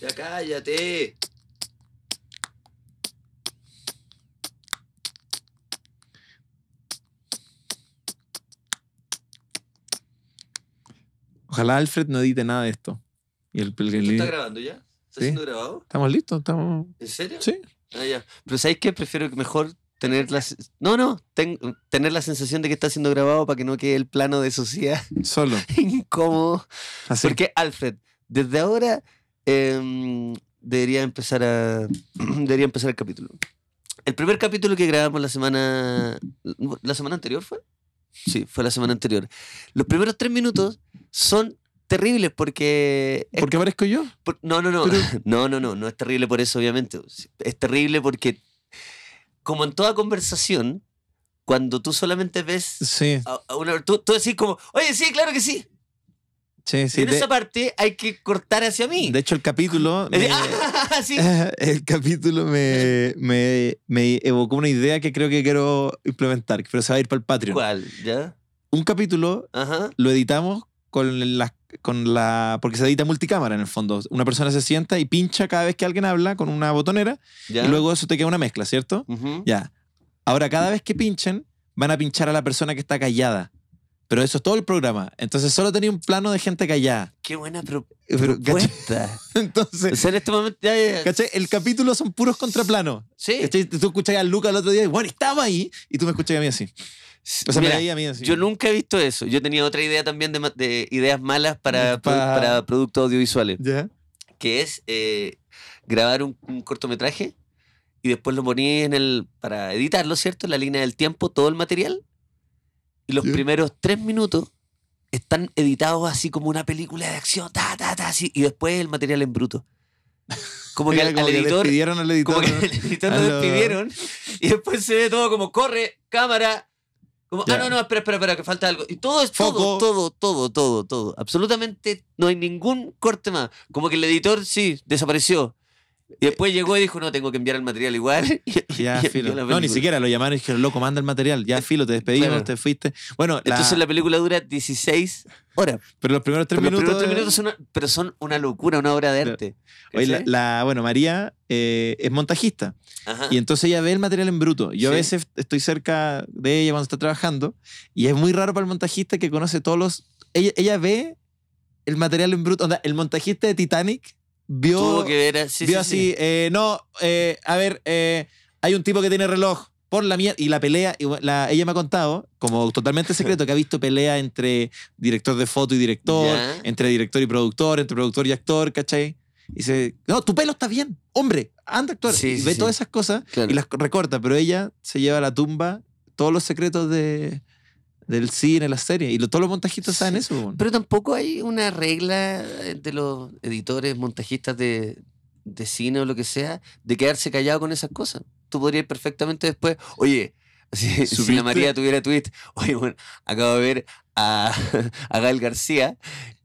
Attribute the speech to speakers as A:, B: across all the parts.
A: Ya cállate.
B: Ojalá Alfred no edite nada de esto. Y el, el-
A: ¿Esto
B: el-
A: está grabando ya? ¿Está
B: Sí.
A: siendo grabado?
B: ¿Estamos listos? ¿Estamos...
A: ¿En serio?
B: Sí.
A: Ah, ya. Pero ¿sabéis qué? Prefiero que mejor tener la... se- No, no. ten- Tener la sensación de que está siendo grabado para que no quede el plano de sociedad
B: Solo.
A: incómodo.
B: Así.
A: Porque, Alfred, desde ahora em, debería empezar a... debería empezar el capítulo. El primer capítulo que grabamos la semana... ¿La semana anterior fue? Sí, fue la semana anterior. Los primeros tres minutos son terribles porque... es
B: ¿Por qué aparezco yo?
A: por- no, no, no.
B: Pero-
A: No, no, no. No es terrible por eso, obviamente. Es terrible porque, como en toda conversación, cuando tú solamente ves
B: Sí,
A: a, a una. Tú, tú decís como, oye, sí, claro que sí.
B: sí,
A: Y
B: sí.
A: en
B: De,
A: esa parte hay que cortar hacia mí.
B: de hecho, el capítulo...
A: Es
B: me-
A: decir, "Ah, sí".
B: el capítulo me, me, me evocó una idea que creo que quiero implementar, pero se va a ir para el Patreon.
A: ¿Cuál? ¿Ya?
B: Un capítulo
A: Ajá.
B: lo editamos con la, con la... Porque se edita multicámara en el fondo. Una persona se sienta y pincha cada vez que alguien habla con una botonera
A: ¿Ya?
B: y luego eso te queda una mezcla, ¿cierto?
A: Ujú.
B: Ya. Ahora, cada vez que pinchen, van a pinchar a la persona que está callada. Pero eso es todo el programa. Entonces solo tenía un plano de gente callada.
A: Qué buena pro-
B: Pero, ¿cachai?
A: propuesta. o
B: Entonces,
A: sea, en este momento ya. ya-
B: ¿cachai? El capítulo son puros contraplanos.
A: Sí.
B: ¿Cachai? Tú escucháis a Luca el otro día y, bueno, estaba ahí. Y tú me escuchas a mí así. O sea,
A: Mira,
B: me veía a mí así.
A: Yo nunca he visto eso. Yo tenía otra idea también de, ma- de ideas malas para,
B: Pa-
A: produ- para productos audiovisuales.
B: ¿Ya?
A: que es eh, grabar un, un cortometraje y después lo ponía en el para editarlo, ¿cierto? En la línea del tiempo, todo el material. Y los
B: Ya.
A: primeros tres minutos están editados así como una película de acción, ta, ta, ta, así, y después el material en bruto. Como que
B: Era
A: al,
B: como
A: al
B: que
A: editor,
B: despidieron al editor.
A: como que al editor
B: a
A: lo
B: lo-
A: despidieron y después se ve todo como corre, cámara, como,
B: Ya.
A: ah, no, no, espera, espera, espera, que falta algo. Y todo es
B: Foco.
A: todo, todo, todo, todo, todo. Absolutamente no hay ningún corte más. Como que el editor, sí, desapareció. Y después llegó y dijo, no, tengo que enviar el material igual. Y- y
B: Ya,
A: envió
B: filo.
A: la
B: No, ni
A: película.
B: siquiera lo llamaron y dijeron, loco, manda el material. Ya, filo, te despedimos,
A: Claro.
B: te fuiste. Bueno, la-
A: Entonces la película dura 16 horas.
B: pero los primeros tres
A: Pero los primeros
B: minutos.
A: tres minutos son una- pero son una locura, una obra de
B: Claro.
A: arte.
B: Oye, la,
A: ¿Cachai?
B: la- bueno, María eh, es montajista
A: Ajá.
B: y entonces ella ve el material en bruto. Yo a
A: Sí.
B: veces estoy cerca de ella cuando está trabajando y es muy raro para el montajista que conoce todos los... Ella, ella ve el material en bruto. Onda, el montajista de Titanic vio,
A: Tuvo que ver así.
B: vio
A: sí,
B: así,
A: sí.
B: eh, no, eh, a ver, eh, hay un tipo que tiene reloj. Por la mía y la pelea, y bueno, la- ella me ha contado, como totalmente secreto, que ha visto pelea entre director de foto y director,
A: Ya.
B: entre director y productor, entre productor y actor, ¿cachai? Y dice, no, tu pelo está bien, hombre, anda a actuar.
A: Sí,
B: y
A: sí,
B: ve
A: sí.
B: todas esas cosas
A: Claro.
B: y las recorta, pero ella se lleva a la tumba todos los secretos de, del cine, las series, y lo- todos los montajistas saben
A: Sí.
B: eso. weón.
A: Pero tampoco hay una regla eh, de los editores, montajistas de, de cine o lo que sea, de quedarse callado con esas cosas. Tú podrías perfectamente después, oye, si, si
B: ¿Supiste?
A: la María tuviera tweet, oye, bueno, acabo de ver a, a Gael García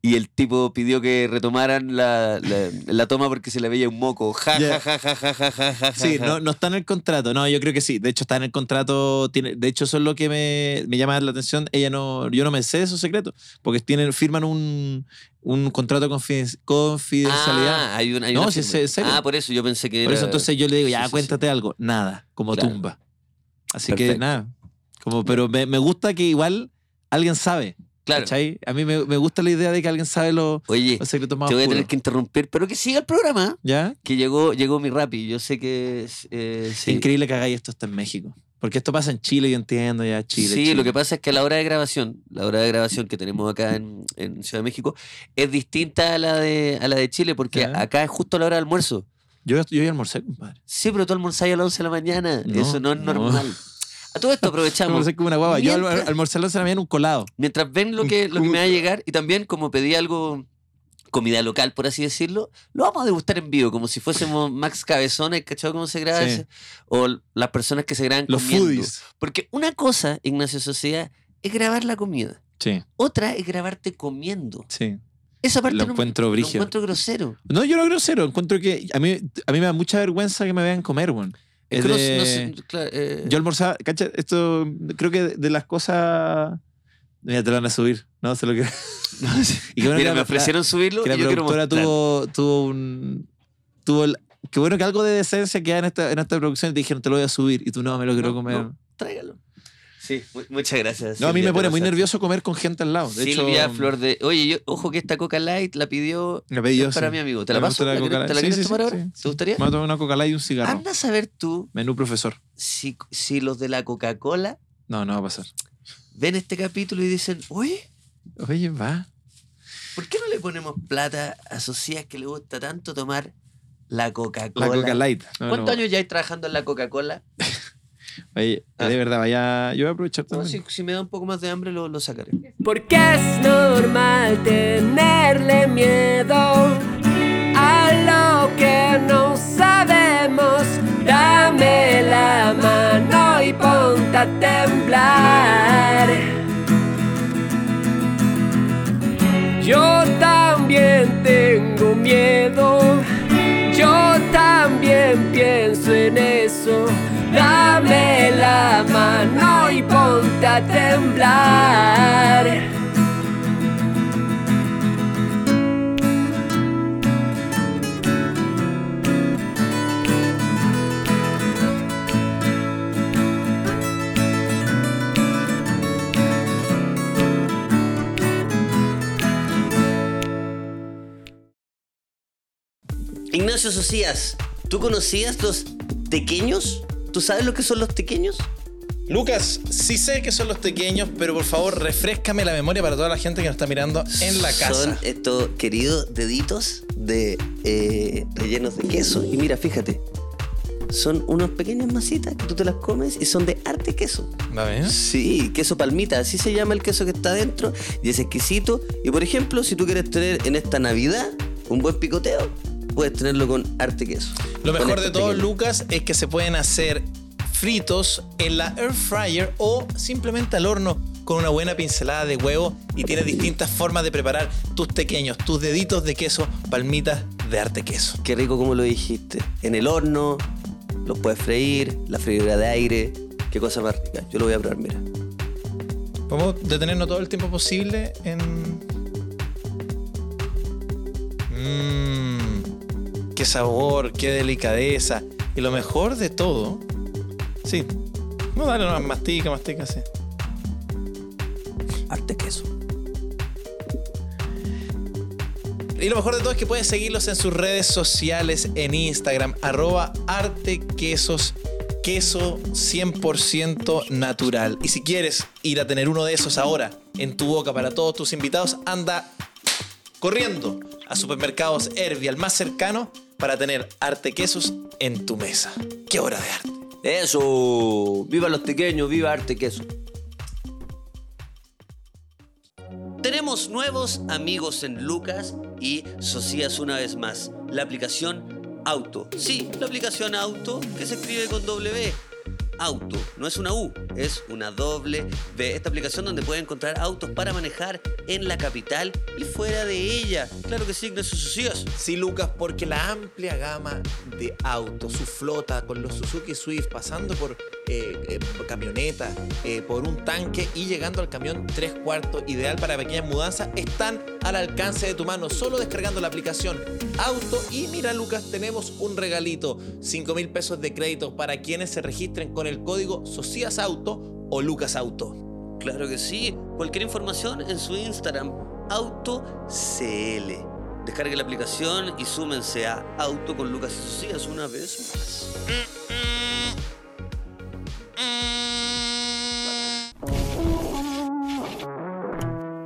A: y el tipo pidió que retomaran la, la- la toma porque se le veía un moco. Ja,
B: Ya.
A: ja, ja, ja, ja, ja, ja,
B: Sí,
A: ja.
B: no, no está en el contrato. No, yo creo que sí. De hecho, está en el contrato. Tiene, de hecho, eso es lo que me, me llama la atención. Ella no, yo no me sé esos secretos, porque tienen, firman un, un contrato de confiden- confidencialidad.
A: Ah, hay una, hay
B: No,
A: una
B: sí,
A: firma.
B: sí, en serio.
A: Ah, por eso yo pensé que
B: Por
A: era-
B: eso entonces yo le digo,
A: Sí,
B: ya
A: sí,
B: cuéntate algo. Nada, como
A: Claro.
B: tumba. Así que
A: Perfecto.
B: nada. Como, pero me, me gusta que igual alguien sabe.
A: Claro.
B: ¿cachai? A mí me, me gusta la idea de que alguien sabe los,
A: Oye,
B: los secretos más
A: te voy a
B: oscuros.
A: tener que interrumpir, pero que siga el programa.
B: ¿Ya?
A: que llegó, llegó mi Rappi. Yo sé que es, eh, sí.
B: Increíble que hagáis esto hasta en México. Porque esto pasa en Chile, yo entiendo, ya Chile.
A: sí, lo que pasa es que la hora de grabación, la hora de grabación que tenemos acá en, en Ciudad de México, es distinta a la de, a la de Chile, porque
B: Ya.
A: acá es justo la hora de almuerzo.
B: Yo, yo ya almorcé, compadre.
A: Sí, pero tú almorzás a las 11 de la mañana.
B: No,
A: Eso no es
B: no.
A: normal. A todo esto aprovechamos.
B: Almorcé como una guava. Yo al-
A: Mientras-
B: almorcé a las once de la mañana un colado.
A: Mientras ven lo que, lo que me va a llegar, y también como pedí algo, comida local, por así decirlo, lo vamos a degustar en vivo, como si fuésemos Max Cabezones, ¿cachado cómo se graba?
B: Sí.
A: ese? O las personas que se graban
B: Los
A: comiendo.
B: foodies.
A: Porque una cosa, Ignacio Sociedad, es grabar la comida.
B: Sí,
A: Otra es grabarte comiendo.
B: sí.
A: Esa parte
B: Lo
A: no,
B: encuentro
A: lo
B: brígido.
A: encuentro grosero.
B: No, yo no grosero. Encuentro que a mí, a mí me da mucha vergüenza que me vean comer, weón.
A: Es
B: Es
A: que no-
B: de-
A: no sé, claro, eh,
B: Yo almorzaba, cacha, esto creo que de las cosas. Mira, te lo van a subir, ¿no? Se lo que.
A: no sé.
B: Y que bueno,
A: Mira,
B: que
A: me
B: la-
A: ofrecieron subirlo
B: Que la
A: y yo quiero
B: productora
A: mostrar.
B: tuvo, tuvo un, tuvo el. Qué bueno que algo de decencia queda en esta, en esta producción y te dijeron, te lo voy a subir. Y tú no, me lo quiero
A: No,
B: comer.
A: no. Tráigalo. Sí, mu- muchas gracias.
B: No, a mí
A: Silvia,
B: me pone
A: te
B: muy
A: pasaste.
B: nervioso comer con gente al lado. De
A: Silvia
B: hecho,
A: Flor de. Oye, yo- ojo que esta Coca Light la pidió
B: La pedí yo,
A: es para
B: sí.
A: mi amigo. ¿Te la
B: Me
A: paso?
B: gusta
A: ¿La
B: Coca-Cola.
A: querés- ¿Te la
B: Sí,
A: quieres
B: sí, sí,
A: tomar ahora?
B: sí, sí.
A: ¿Te gustaría?
B: Me voy a tomar una Coca-Cola y un cigarro.
A: Anda a saber tú
B: Menú profesor.
A: si, si los de la Coca-Cola
B: No, no va a pasar.
A: ven este capítulo y dicen, oye,
B: Oye, va.
A: ¿por qué no le ponemos plata a Socias que le gusta tanto tomar la Coca-Cola?
B: La Coca Light. No, Ah,
A: ¿Cuántos
B: no.
A: años ya hay trabajando en la Coca-Cola?
B: Oye,
A: Ah.
B: de verdad, vaya. Yo voy a aprovechar
A: No,
B: también.
A: si, si me da un poco más de hambre lo, lo sacaré.
C: Porque es normal tenerle miedo a lo que no sabemos. Dame la mano y ponte a temblar. Yo también tengo miedo. Yo también pienso en eso. Dame la mano y ponte a temblar.
A: Ignacio Socias, ¿tú conocías los pequeños? ¿Tú sabes lo que son los pequeños?
D: Lucas, sí sé que son los pequeños, pero por favor, refrescame la memoria para toda la gente que nos está mirando en la
A: Son eh,
D: casa.
A: estos queridos deditos de eh, rellenos de queso. Y mira, fíjate, son unos pequeñas masitas que tú te las comes y son de arte queso.
D: ¿Va bien?
A: Sí, queso palmita, así se llama el queso que está adentro y es exquisito. Y por ejemplo, si tú quieres tener en esta Navidad un buen picoteo, puedes tenerlo con arte queso.
D: Lo
A: Con este
D: mejor
A: estos
D: de todo,
A: pequeños.
D: Lucas, es que se pueden hacer fritos en la air fryer o simplemente al horno con una buena pincelada de huevo y tienes distintas formas de preparar tus pequeños, tus deditos de queso, palmitas de arte queso.
A: Qué rico como lo dijiste. En el horno, los puedes freír, la freidora de aire. Qué cosa más rica. Yo lo voy a probar, mira.
D: Vamos a detenernos todo el tiempo posible en... Mmm, qué sabor, qué delicadeza. Y lo mejor de todo... Sí. No, dale, no, mastica, mastica, sí.
A: Arte queso.
D: Y lo mejor de todo es que puedes seguirlos en sus redes sociales en Instagram, arroba artequesos, queso 100% natural. Y si quieres ir a tener uno de esos ahora en tu boca para todos tus invitados, anda corriendo a supermercados Hervia, el más cercano, para tener artequesos en tu mesa. ¡Qué hora de arte!
A: Eso. Viva los pequeños, viva arte queso. Tenemos nuevos amigos en Lucas y Socias una vez más. La aplicación Auto. Sí, la aplicación Auto que se escribe con W. Auto, no es una U, es una doble B. Esta aplicación donde puede encontrar autos para manejar en la capital y fuera de ella. Claro que sí, Ignacio Socias.
D: Sí, Lucas, porque la amplia gama de autos, su flota con los Suzuki Swift, pasando por, eh, eh, por camionetas, eh, por un tanque y llegando al camión tres cuartos, ideal para pequeñas mudanzas, están al alcance de tu mano, solo descargando la aplicación Auto. Y mira, Lucas, tenemos un regalito: 5 mil pesos de crédito para quienes se registren con el código Socias Auto o Lucas Auto.
A: Claro que sí. Cualquier información en su Instagram, AutoCL. Descargue la aplicación y súmense a Auto con Lucas y Socias una vez más.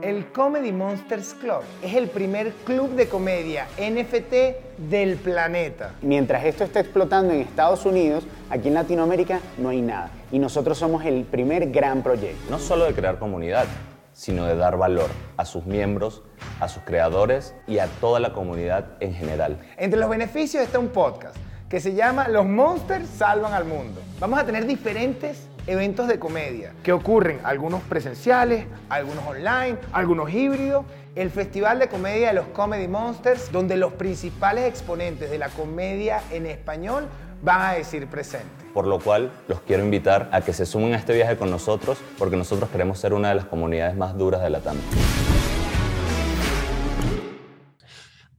E: El Comedy Monsters Club es el primer club de comedia NFT del planeta.
F: Mientras esto está explotando en Estados Unidos, aquí en Latinoamérica no hay nada. Y nosotros somos el primer gran proyecto.
G: no solo de crear comunidad, sino de dar valor a sus miembros, a sus creadores y a toda la comunidad en general.
E: Entre los beneficios está un podcast que se llama Los Monsters Salvan al Mundo. Vamos a tener diferentes eventos de comedia que ocurren, algunos presenciales, algunos online, algunos híbridos. El Festival de Comedia de los Comedy Monsters, donde los principales exponentes de la comedia en español van a decir presente.
G: Por lo cual los quiero invitar a que se sumen a este viaje con nosotros porque nosotros queremos ser una de las comunidades más duras de la TAM.
B: Ah,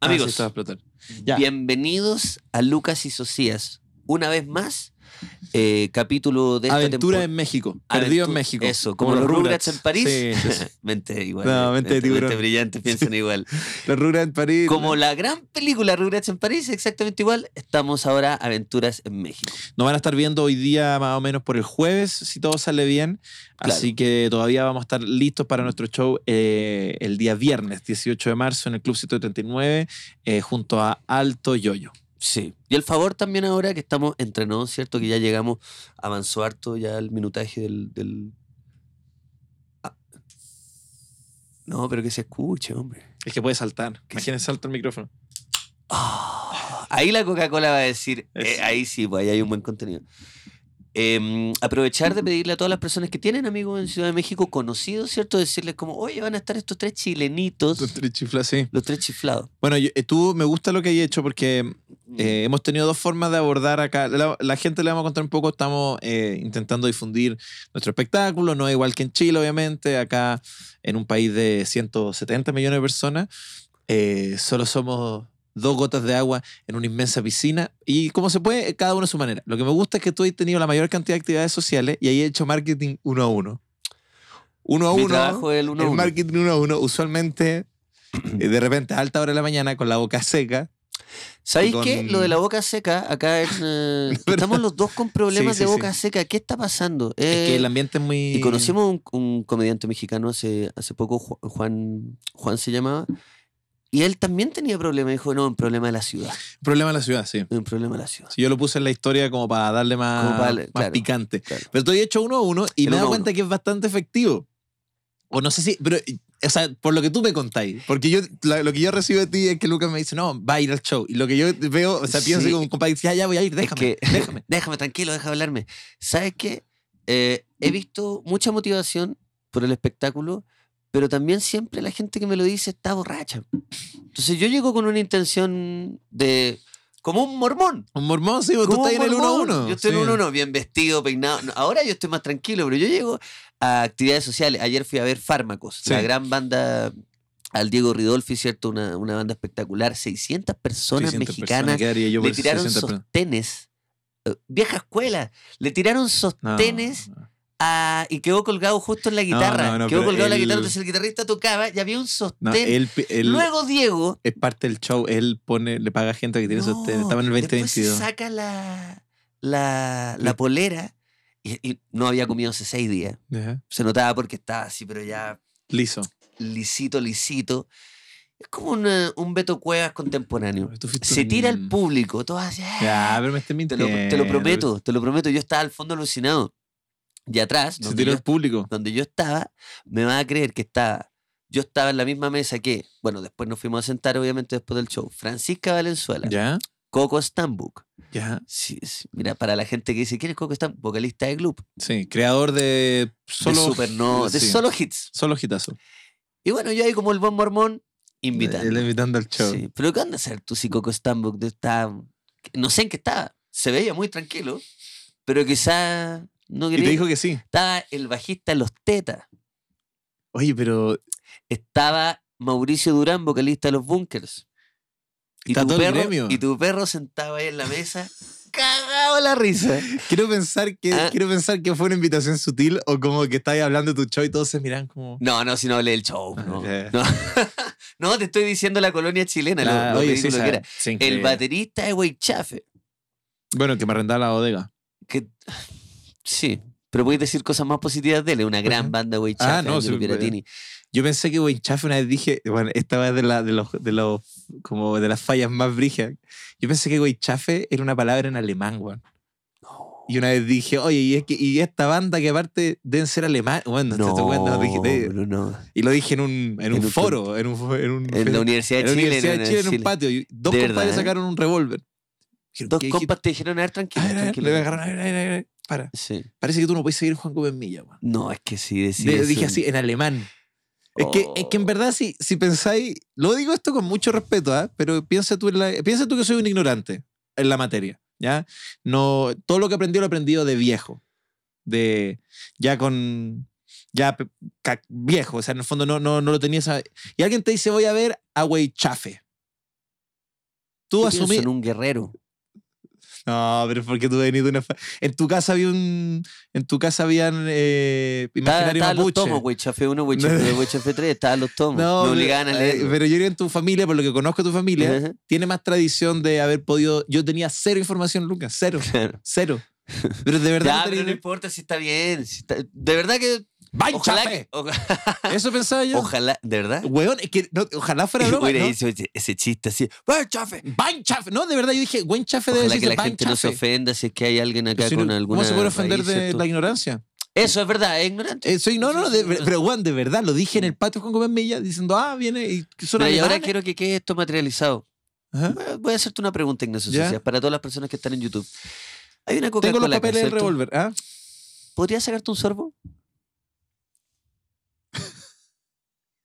B: sí,
A: Amigos,
B: Ah, esto va a explotar. Ya.
A: Bienvenidos a Lucas y Socias. Una vez más, eh, capítulo de esta
B: Aventura
A: temporada.
B: en México. Perdido en
A: Aventu-
B: México.
A: Eso, como, los Rugrats en París.
B: Sí, sí, sí.
A: mente igual.
B: No, mente de tiburón.
A: brillante, piensan igual.
B: Los Rugrats en París.
A: Como la gran película Rugrats en París, exactamente igual, estamos ahora Aventuras en México.
B: Nos van a estar viendo hoy día más o menos por el jueves, si todo sale bien.
A: Claro.
B: Así que todavía vamos a estar listos para nuestro show eh, el día viernes 18 de marzo en el Club 139 eh, junto a Alto Yoyo.
A: Sí. Y el favor también ahora que estamos entrenados, ¿cierto? Que ya llegamos, avanzó harto ya el minutaje del... del- Ah. No, pero que se escuche, hombre.
B: Es que puede saltar. Imagínense, salta el micrófono.
A: Ah, ahí la Coca-Cola va a decir, eh,
B: Eso.
A: ahí sí, pues ahí hay un buen contenido. Em, aprovechar
B: Mm.
A: de pedirle a todas las personas que tienen amigos en Ciudad de México conocidos, ¿cierto? Decirles como, oye, van a estar estos tres chilenitos,
B: sí.
A: los tres chiflados.
B: Bueno, yo- eh, tú me gusta lo que hay hecho porque
A: Mm.
B: eh, hemos tenido dos formas de abordar acá. La, la gente le vamos a contar un poco, estamos eh, intentando difundir nuestro espectáculo, no es igual que en Chile, obviamente, acá en un país de 170 millones de personas, eh, solo somos dos gotas de agua en una inmensa piscina y como se puede, cada uno a su manera. Lo que me gusta es que tú has tenido la mayor cantidad de actividades sociales y ahí he hecho marketing uno a uno. Uno a
A: Mi
B: uno
A: trabajo es el uno a
B: el
A: uno.
B: marketing uno a uno, usualmente eh, de repente a alta hora de la mañana con la boca seca.
A: ¿Sabéis
B: con-
A: qué? Lo de la boca seca, acá en, eh, estamos los dos con problemas
B: Sí, sí,
A: de boca
B: sí.
A: seca. ¿Qué está pasando?
B: es que
A: Eh,
B: el ambiente es muy.
A: Y conocimos un, un comediante mexicano hace, hace poco, Ju- Juan, Juan se llamaba, y él también tenía problemas. Dijo, no, un problema de la ciudad.
B: Un problema de la ciudad, sí.
A: Un problema de la ciudad.
B: Sí, yo lo puse en la historia como para darle más,
A: Como para-
B: más
A: claro.
B: picante.
A: Claro.
B: Pero estoy hecho uno a uno y
A: El
B: me he dado
A: uno a uno.
B: cuenta que es bastante efectivo. O no sé si. Pero, o sea, por lo que tú me contáis. Porque yo, la- lo que yo recibo de ti es que Lucas me dice, no, va a ir al show. Y lo que yo veo, o sea, pienso
A: Sí.
B: como un compadre, "Ah, ya, ya voy a ir,
A: Es
B: déjame,
A: que-
B: déjame.
A: Déjame tranquilo, deja hablarme. ¿Sabes qué? Eh, he visto mucha motivación por el espectáculo, pero también siempre la gente que me lo dice está borracha. Entonces yo llego con una intención de... Como un mormón.
B: Un mormón, sí, vos tú
A: Como
B: estás en el uno a
A: mormón.
B: uno.
A: Yo estoy en
B: sí.
A: el 1 bien vestido, peinado. No, ahora yo estoy más tranquilo, pero yo llego a actividades sociales. Ayer fui a ver Fármacos,
B: Sí.
A: la gran banda al Diego Ridolfi, ¿cierto? Una, una banda espectacular. 600 personas
B: 600 personas,
A: mexicanas
B: ¿qué haría yo
A: le
B: por
A: tiraron
B: 600 personas?
A: sostenes. Eh, vieja escuela. Le tiraron
B: No,
A: sostenes
B: no.
A: a- y quedó colgado justo en la guitarra.
B: no, no,
A: quedó
B: pero
A: colgado en la
B: él-
A: guitarra, entonces el guitarrista tocaba y había un sostén.
B: No, él, él-
A: Luego Diego
B: es parte del show. Él pone, le paga gente que tiene
A: No,
B: sostenes. Estaba en el
A: después se
B: 2022.
A: saca la, la, la
B: La-
A: polera y, y no había comido hace seis días.
B: Ajá.
A: Se notaba porque estaba así, pero ya
B: Liso.
A: lisito, lisito. Es como una- un Beto Cuevas contemporáneo.
B: Tú fuiste
A: Se tira
B: un-
A: al público, todo así.
B: Ya,
A: "Ah".
B: pero me estoy
A: te, lo,
B: mintiendo.
A: te lo prometo, te lo prometo. Yo estaba al fondo alucinado. Y atrás,
B: Se
A: donde
B: tiró
A: yo,
B: al público.
A: donde yo estaba, me van a creer que estaba. Yo estaba en la misma mesa que, bueno, después nos fuimos a sentar, obviamente, después del show. Francisca Valenzuela,
B: Ya,
A: Coco Stambuk,
B: ya.
A: Sí, sí. Mira, para la gente que dice, ¿quién es Coco Stamp? Vocalista de Gloop.
B: Sí, creador de
A: Solo,
B: solo.
A: de Supernova, de
B: sí,
A: solo hits.
B: Solo hitazo.
A: Y bueno, yo ahí como el buen mormón, invitando.
B: Él invitando al show.
A: Sí. Pero ¿qué onda hacer tú si Coco Stamp de- está... No sé en qué estaba. Se veía muy tranquilo, pero quizá no
B: Y te
A: quería...
B: dijo que sí.
A: Estaba el bajista Los Tetas.
B: Oye, pero
A: Estaba Mauricio Durán, vocalista de Los Bunkers. Y
B: Está
A: tu,
B: todo el
A: perro,
B: gremio.
A: y tu perro sentado ahí en la mesa, cagado la risa.
B: quiero pensar que
A: Ah.
B: quiero pensar que fue una invitación sutil o como que estabas hablando de tu show y todos se miran como.
A: No, no, si no hablé del show. No,
B: Ah,
A: no. No, te estoy diciendo la colonia chilena, lo-
B: Ah,
A: lo,
B: oye, sí,
A: ridículo que
B: esa-
A: era.
B: sí,
A: El
B: increíble.
A: baterista de Weichafe,
B: Bueno, que me arrendaba la bodega.
A: que sí, pero podéis decir cosas más positivas de él, es una gran
B: Ujú.
A: banda Weichafe,
B: Ah, no,
A: Angelo
B: sí,
A: Piratini.
B: Yo pensé que Winchafe una vez dije, bueno, esta vez de, la, de, los, de, los, como de las fallas más brigas. Yo pensé que Winchafe era una palabra en alemán, weón. Y una vez dije, oye, y, es que, y esta banda que aparte deben ser alemán. Bueno, no, estoy tocando, dije, de-
A: pero no.
B: y lo dije en un, en
A: En
B: un,
A: un
B: foro, en un, en un-
A: En la Universidad de
B: en la
A: Chile.
B: Universidad de
A: en-
B: Chile, en un patio. Y dos
A: De
B: compadres
A: verdad, ¿eh?
B: sacaron un revólver. Dijeron,
A: Dos
B: ¿qué dijiste?
A: compas te dijeron, a ver,
B: A
A: tranquilo,
B: ver, a ver,
A: tranquilo.
B: le agarraron, a ver, a ver, a ver. Para.
A: Sí.
B: Parece que tú no puedes seguir Juan Gómez Milla, weón.
A: No, es que sí, decir
B: De-
A: eso-
B: dije así, en alemán. Es, que, es que en
A: Oh.
B: verdad, si, si pensáis, lo digo esto con mucho respeto, ¿ah? pero piensa tú, en la- piensa tú que soy un ignorante en la materia, ¿ya? No, todo lo que aprendí lo he aprendido de viejo, de ya con, ya pe- ca- viejo, o sea, en el fondo no, no, no lo tenía esa... Y alguien te dice, voy a ver a Weichafe. Tú
A: Yo
B: asumí.
A: pienso en un guerrero.
B: No, pero porque tú venís de una. fa- En tu casa había un. En tu casa habían. Eh,
A: Estaba-
B: imaginario
A: Estaban los
B: mapuche.
A: tomos, güey. Chafé 1, güey. Chafé 2, güey. Chafé 3. Estaban los tomos.
B: No,
A: Me
B: pero-
A: obligaban a leer.
B: eh, Pero yo creo que en tu familia, por lo que conozco de tu familia,
A: Ajá.
B: tiene más tradición de haber podido. Yo tenía cero información, Lucas. Cero.
A: Claro.
B: Cero. Pero de verdad.
A: Ya,
B: no
A: pero
B: tenía-
A: no importa si está bien. si está- De verdad que.
B: ¡Vaya,
A: Ojalá,
B: chapé!
A: que- oja-
B: Eso pensaba yo.
A: ojalá, de verdad.
B: Weón, es que no- ojalá fuera broma.
A: Hubiera
B: ¿no?
A: dicho ese, ese chiste así. ¡Ay, chafe!
B: Van Chafe. No, de verdad, yo dije, buen chafe debe
A: Ojalá que
B: decirse
A: la
B: Van
A: gente no se
B: Chafe.
A: ofenda si es que hay alguien acá
B: Si no,
A: con alguna.
B: ¿Cómo se puede ofender
A: raíz,
B: de
A: ¿cierto?
B: la ignorancia?
A: Eso es verdad, es ignorante.
B: Eh, soy, no, no, no, de- pero Juan, de verdad, lo dije en el patio con Gómez Milla diciendo, ah, viene y que son
A: No, y ahora
B: alemanes.
A: quiero que quede esto materializado.
B: Ajá.
A: Voy a- Voy a hacerte una pregunta, Ignacio
B: Ya.
A: Socias, para todas las personas que están en YouTube. Hay una
B: Tengo los
A: Coca-Cola. acá,
B: papeles del
A: ¿cierto?
B: revólver. ¿ah?
A: ¿Podrías sacarte un sorbo?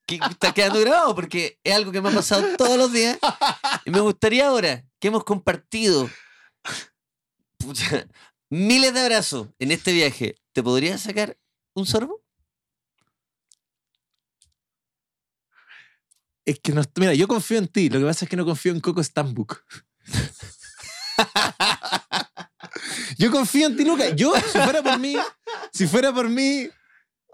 A: Que está quedando grabado porque es algo que me ha pasado todos los días. Y me gustaría ahora que hemos compartido pucha, miles de abrazos en este viaje. ¿Te podrías sacar un sorbo?
B: Es que no, mira, yo confío en ti. Lo que pasa es que no confío en Coco Stambuk. yo confío en ti, Lucas. Yo, si fuera por mí, si fuera por mí,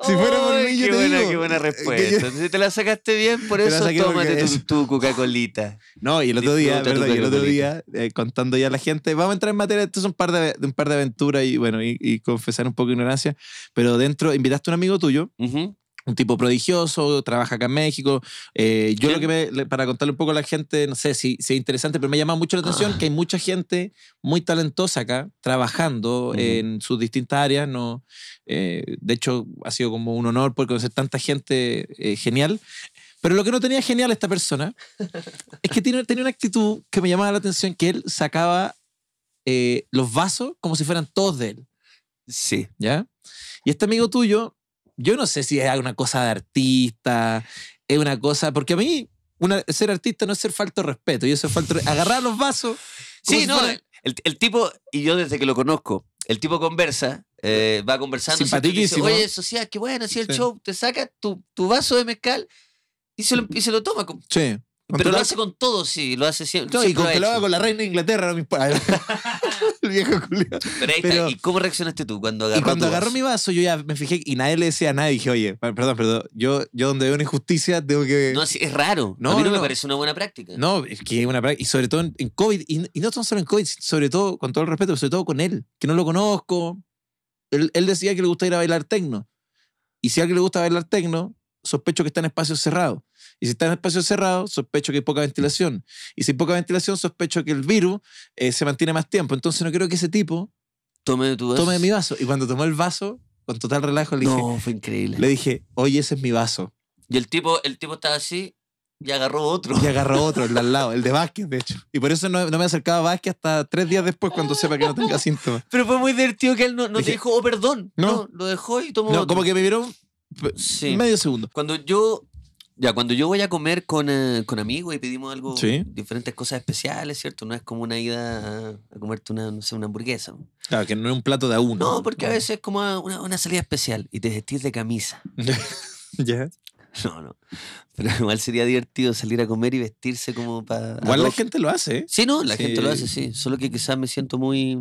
B: Si fuera por
A: ¡Ay,
B: mí, yo
A: qué
B: te
A: buena,
B: digo.
A: Qué buena
B: Eh, que
A: respuesta.
B: yo-
A: Si te la sacaste bien, por
B: Te la
A: eso
B: saqué porque
A: tómate tu,
B: es-
A: tu Coca-Colita.
B: No, y el otro día,
A: Disfruta tu
B: verdad, y el otro
A: Coca-Colita.
B: día, eh, contando ya a la gente, vamos a entrar en materia, esto es un par de, de un par de aventuras y bueno, y, y confesar un poco de ignorancia, pero dentro, invitaste a un amigo tuyo,
A: Ujú.
B: un tipo prodigioso, trabaja acá en México, eh, yo
A: ¿Quién?
B: lo que me, le- para contarle un poco a la gente, no sé si, si es interesante, pero me llama mucho la atención que hay mucha gente muy talentosa acá, trabajando
A: Ujú.
B: en sus distintas áreas, no, eh, de hecho ha sido como un honor poder conocer tanta gente eh, genial, pero lo que no tenía genial esta persona es que tiene, tenía una actitud que me llamaba la atención, que él sacaba eh, los vasos como si fueran todos de él,
A: Sí.
B: ¿ya? Y este amigo tuyo, yo no sé si es una cosa de artista, es una cosa, porque a mí una- ser artista no es ser falto de respeto, yo soy falto de- agarrar los vasos. como
A: Sí,
B: si
A: no,
B: fuera-
A: el, el tipo, y yo desde que lo conozco, el tipo conversa, eh, va conversando. ¿cierto? Y dice,
B: Simpaticísimo.
A: Oye, sociedad, qué bueno, si el
B: Sí.
A: show te saca tu, tu vaso de mezcal y se lo, y se lo toma. con-
B: Sí.
A: pero lo hace con todo, sí, lo hace siempre.
B: No, y
A: siempre
B: con
A: lo ha
B: que lo haga
A: hecho.
B: con la reina de Inglaterra, no me importa. El viejo culiao.
A: Pero ahí
B: pero-
A: está. ¿Y cómo reaccionaste tú cuando agarró
B: Y cuando
A: tu
B: agarró
A: vaso?
B: mi vaso, yo ya me fijé y nadie le decía a nadie. Dije, oye, pa- perdón, perdón, yo, yo donde veo una injusticia tengo que.
A: No, sí, es raro.
B: No,
A: a mí no,
B: no,
A: me
B: no.
A: parece una buena práctica.
B: No, es que es una práctica. Y sobre todo en, en COVID, y, y no tan solo en COVID, sobre todo, con todo el respeto, sobre todo con él, que no lo conozco. Él, él decía que le gusta ir a bailar tecno. Y si a alguien le gusta bailar tecno, sospecho que está en espacios cerrados. Y si está en espacios cerrados, sospecho que hay poca ventilación. Y si hay poca ventilación, sospecho que el virus eh, se mantiene más tiempo. Entonces no creo que ese tipo
A: Tome tu vaso.
B: tome de mi vaso. Y cuando tomó el vaso, con total relajo, le dije,
A: Pues No, fue increíble.
B: le dije oye, ese es mi vaso.
A: Y el tipo, el tipo estaba así y agarró otro.
B: Y agarró otro, el de al lado, el de Vázquez, de hecho. Y por eso no, no me acercaba a Vázquez hasta tres días después cuando sepa que no tenga síntomas.
A: Pero fue muy divertido que él no, no te
B: Dije,
A: dijo, oh, perdón. No.
B: no.
A: lo dejó y tomó
B: No,
A: otro.
B: como que me vieron
A: Sí.
B: medio segundo.
A: Cuando yo. Ya, cuando yo voy a comer con, eh, con amigos y pedimos algo,
B: Sí.
A: diferentes cosas especiales, ¿cierto? No es como una ida a, a comerte una, no sé, una hamburguesa.
B: Claro, que no es un plato de a uno.
A: No, porque a veces es como una, una salida especial y te vestís de camisa.
B: Ya.
A: No, no. Pero igual sería divertido salir a comer y vestirse como para...
B: Igual la gente lo hace. ¿eh?
A: Sí, no, la
B: Sí.
A: gente lo hace, sí. Solo que quizás me siento muy...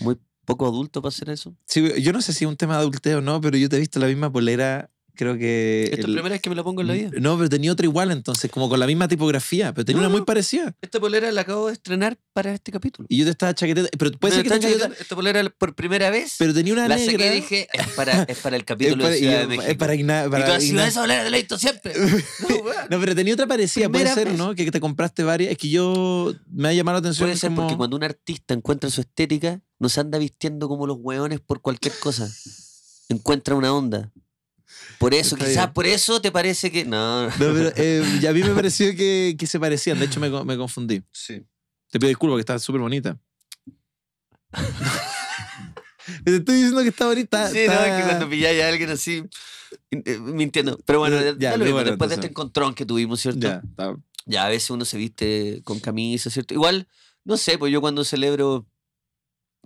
A: Muy poco adulto para hacer eso.
B: Sí, yo no sé si es un tema de adulteo o no, pero yo te he visto la misma polera, creo que.
A: Esta es
B: el-
A: la primera vez que me la pongo en la vida.
B: No, pero tenía otra igual entonces, como con la misma tipografía, pero tenía
A: No,
B: una muy
A: no.
B: parecida.
A: Esta polera la acabo de estrenar para este capítulo.
B: Y yo te estaba chaqueteta. Pero puede
A: Me
B: ser que
A: está
B: tenga otra-
A: chaqueteando Esta polera por primera vez.
B: Pero tenía una
A: la
B: negra.
A: saqué y dije, es para, es para el
B: es
A: capítulo
B: para,
A: de
B: y-
A: Ciudad de
B: es
A: México.
B: para Igna-
A: y tú
B: para
A: has sido
B: Igna-
A: esa polera, te la he visto siempre. No, weá.
B: No, pero tenía otra parecida, puede
A: Primera
B: ser,
A: vez.
B: ¿no? Que te compraste varias. Es que yo me ha llamado la atención.
A: Puede ser
B: como-
A: porque cuando un artista encuentra su estética, no se anda vistiendo como los hueones por cualquier cosa. Encuentra una onda. Por eso,
B: Está
A: quizás
B: bien.
A: por eso te parece que. No,
B: No, pero eh, y a mí me pareció que, que se parecían. De hecho, me, co- me confundí.
A: Sí.
B: Te pido disculpas, que está súper bonita. Te estoy diciendo que está bonita.
A: Sí, no,
B: está-
A: es que cuando pilláis a alguien así, eh, mintiendo. Pero bueno,
B: Eh, Ya,
A: da
B: ya,
A: lo mismo.
B: bueno,
A: después de
B: entonces.
A: este encontrón que tuvimos, ¿cierto?
B: Ya, está-
A: ya a veces uno se viste con camisa, ¿cierto? Igual, no sé, pues yo cuando celebro.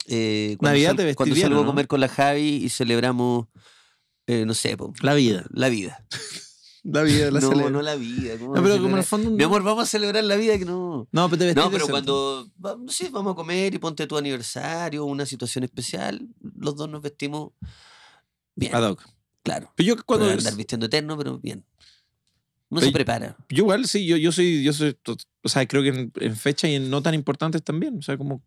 A: eh, cuando
B: Navidad te vestís
A: Cuando
B: bien,
A: salgo
B: ¿o
A: a
B: no?
A: comer con la Javi y celebramos, eh, no sé, pues,
B: La vida.
A: la vida.
B: La vida, la
A: no,
B: celebra.
A: no la vida. ¿cómo
B: No,
A: la
B: pero como en el
A: celebra?
B: fondo-
A: Mi amor, vamos a celebrar la vida que no.
B: No, pero te vestís
A: No, pero
B: decente.
A: cuando va- sí, vamos a comer y ponte tu aniversario, una situación especial, los dos nos vestimos bien.
B: Ad hoc.
A: Claro.
B: Pero yo cuando.
A: Puede andar vistiendo eterno, pero bien. No
B: Pero
A: se
B: yo-
A: prepara.
B: Yo igual, sí, yo, yo soy, yo soy, to- o sea, creo que en, en fecha y en no tan importantes también, o sea, como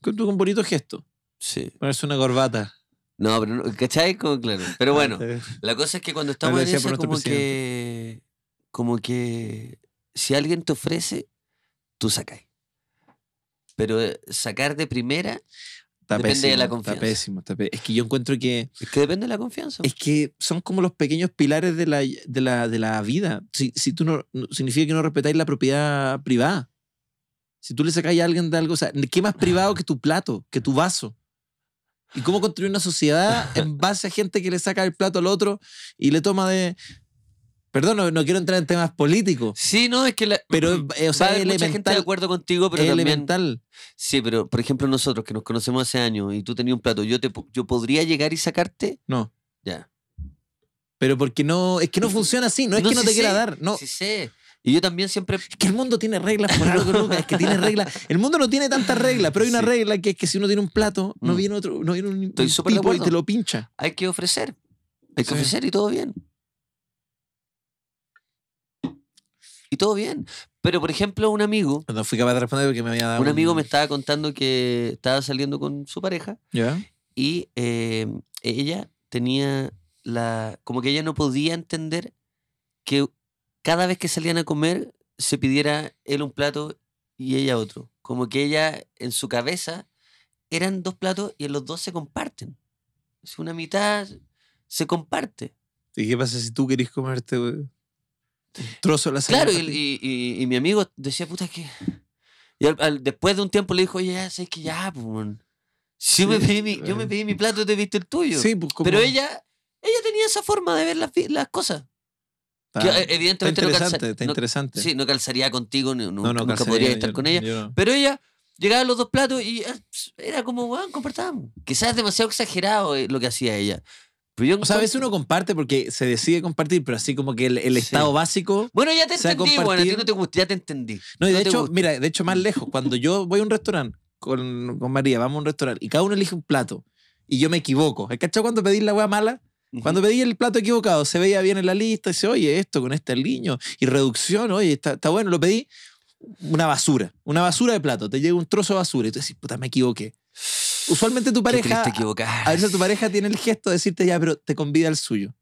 B: con con un bonito gesto,
A: Sí.
B: ponerse una corbata.
A: No, pero no- ¿cachai? Como, claro. Pero bueno,
B: Eh,
A: la cosa es que cuando estamos
B: lo
A: en
B: decía por
A: esa,
B: nuestro
A: como que, como que si alguien te ofrece, tú sacáis. Pero eh, sacar de primera,
B: está
A: Depende de la
B: pésimo,
A: confianza.
B: Está pésimo, está pésimo. Es que yo encuentro que,
A: es que depende de la confianza.
B: es que son como los pequeños pilares de la, de la, de la vida. Si, si tú no, no- significa que no respetáis la propiedad privada. Si tú le sacáis a alguien de algo, o sea, ¿qué más privado que tu plato, que tu vaso? ¿Y cómo construir una sociedad en base a gente que le saca el plato al otro y le toma de... Perdón, no, no quiero entrar en temas políticos,
A: Sí, no, es que la,
B: pero eh, o sea,
A: Mm, va a
B: es
A: haber mucha gente de
B: elemental.
A: acuerdo contigo, pero
B: es
A: también-
B: elemental.
A: Sí, pero por ejemplo nosotros que nos conocemos hace años y tú tenías un plato, yo te po- yo podría llegar y sacarte,
B: No,
A: ya.
B: pero porque no... Es que no funciona así, no es que no
A: sí
B: te quiera
A: sé,
B: dar. No,
A: Sí sé. Y yo también siempre
B: Es que el mundo tiene reglas por algo, Lucas. Es que tiene reglas. El mundo no tiene tantas reglas, pero hay una
A: Sí.
B: regla que es que si uno tiene un plato, no
A: Mm.
B: viene otro, no viene un,
A: Estoy
B: un
A: súper de
B: tipo y
A: acuerdo.
B: te lo pincha.
A: hay que ofrecer. Hay que
B: Sí.
A: ofrecer y todo bien. Y todo bien. Pero por ejemplo, un amigo,
B: No fui capaz de responder porque me había dado.
A: un amigo me estaba contando que estaba saliendo con su pareja
B: ¿Ya?
A: y eh, ella tenía la como que ella no podía entender que cada vez que salían a comer se pidiera él un plato y ella otro como que ella en su cabeza eran dos platos y en los dos se comparten es una mitad se comparte
B: ¿Y qué pasa si tú querés comerte güey, un trozo de la
A: claro y, y- y- y mi amigo decía puta es que y al- al- después de un tiempo le dijo oye ya sabes que ya pues, weón. Si yo, me
B: Sí,
A: pedí mi, yo me
B: eh.
A: pedí mi plato y te viste el tuyo
B: Sí, pues, como-
A: Pero ella, ella tenía esa forma de ver las, vi- las cosas.
B: Está,
A: que eh,
B: está
A: evidentemente no,
B: interesante,
A: calza-
B: está
A: no-
B: interesante.
A: sí, no calzaría contigo, ni- nunca,
B: No, no,
A: nunca
B: calzaría,
A: podría
B: yo-
A: estar con ella.
B: yo no.
A: Pero ella llegaba a los dos platos y eh, ps, era como, weón, compartábamos. Quizás demasiado exagerado eh, lo que hacía ella. Pero yo
B: O sea, a veces
A: encuentro-
B: uno comparte porque se decide compartir, pero así como que el, el
A: Sí.
B: estado básico
A: Bueno, ya te
B: o sea,
A: entendí, bueno, a ti
B: compartir-
A: no te gustó, ya te entendí.
B: No, y de
A: te
B: hecho,
A: gusta. Mm.
B: mira, de hecho, más lejos, cuando yo voy a un restaurante con, con María, vamos a un restaurante y cada uno elige un plato y yo me equivoco. ¿Has cachado cuando pedí la hueá mala? Cuando pedí el plato equivocado, se veía bien en la lista, dice, oye, esto con este aliño y reducción, oye, está, está bueno, lo pedí. Una basura, una basura de plato, te llega un trozo de basura y tú decís, puta, me equivoqué. Usualmente tu
A: Qué
B: pareja,
A: triste equivocar.
B: a veces tu pareja tiene el gesto de decirte ya, pero te convida al suyo.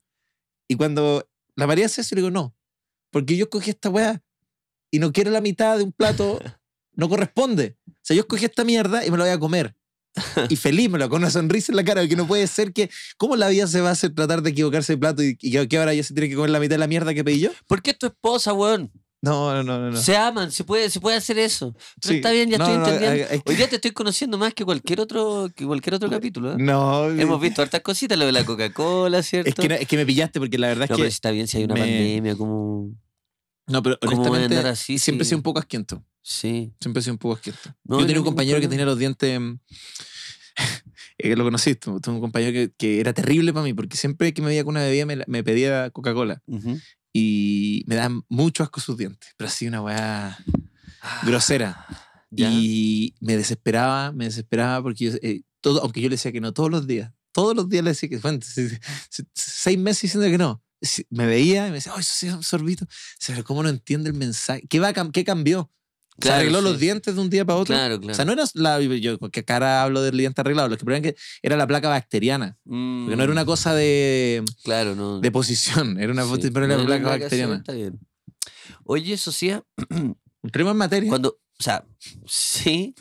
B: Y cuando la María hace eso, le digo no, porque yo escogí esta weá y no quiero la mitad de un plato, no corresponde. O sea, yo escogí esta mierda y me la voy a comer. Y feliz me lo con una sonrisa en la cara, porque no puede ser que. ¿Cómo la vida se va a hacer tratar de equivocarse de plato y, y que- que ahora ya se tiene que comer la mitad de la mierda que pedí yo?
A: ¿Por qué es tu esposa, weón?
B: No, no, no, no. no.
A: Se aman, se puede, se puede hacer eso. Pero
B: Sí.
A: está bien, ya
B: No,
A: estoy
B: no,
A: entendiendo.
B: hay- hay que-
A: Hoy día te estoy conociendo más que cualquier otro, que cualquier otro capítulo. ¿eh?
B: No,
A: Hemos visto hartas cositas, lo de la Coca-Cola, ¿cierto?
B: es que, no- es que me pillaste porque la verdad es
A: No,
B: que.
A: pero si está bien si hay una
B: me-
A: pandemia, como.
B: no, pero
A: ¿Cómo voy a
B: honestamente,
A: andar así
B: siempre he
A: si-
B: sido un poco asquiento.
A: Sí.
B: Siempre he sido un poco asquiento.
A: No,
B: Yo
A: no
B: tenía
A: hay
B: un
A: ningún
B: compañero que
A: problema.
B: tenía los dientes. mm, eh, lo conocí, tu- tuve un compañero que, que era terrible para mí, porque siempre que me veía con una bebida me, la- me pedía Coca-Cola.
A: Ujú.
B: Y me daban mucho asco sus dientes, pero así una weá Ah, grosera.
A: Ya.
B: Y me desesperaba, me desesperaba, porque yo, eh, todo, aunque yo le decía que no todos los días, todos los días le decía que, bueno, se- se- se- seis meses diciendo que no. Si- Me veía y me decía, ¡ay, eso sí es un sorbito! O sea, pero ¿cómo no entiende el mensaje? ¿Qué, va, a cam- qué cambió?
A: Claro,
B: ¿Se arregló
A: sí.
B: los dientes de un día para otro?
A: Claro, claro.
B: O sea, no era la, yo con qué cara hablo del diente arreglado, lo que problema es que era la placa bacteriana,
A: Mm,
B: porque no era una cosa de,
A: Claro, no.
B: de posición, era una,
A: sí.
B: pero era
A: No,
B: la
A: no,
B: placa
A: nada que hacer,
B: bacteriana.
A: Está bien. Oye, Socia,
B: Entremos en materia.
A: cuando. O sea, sí.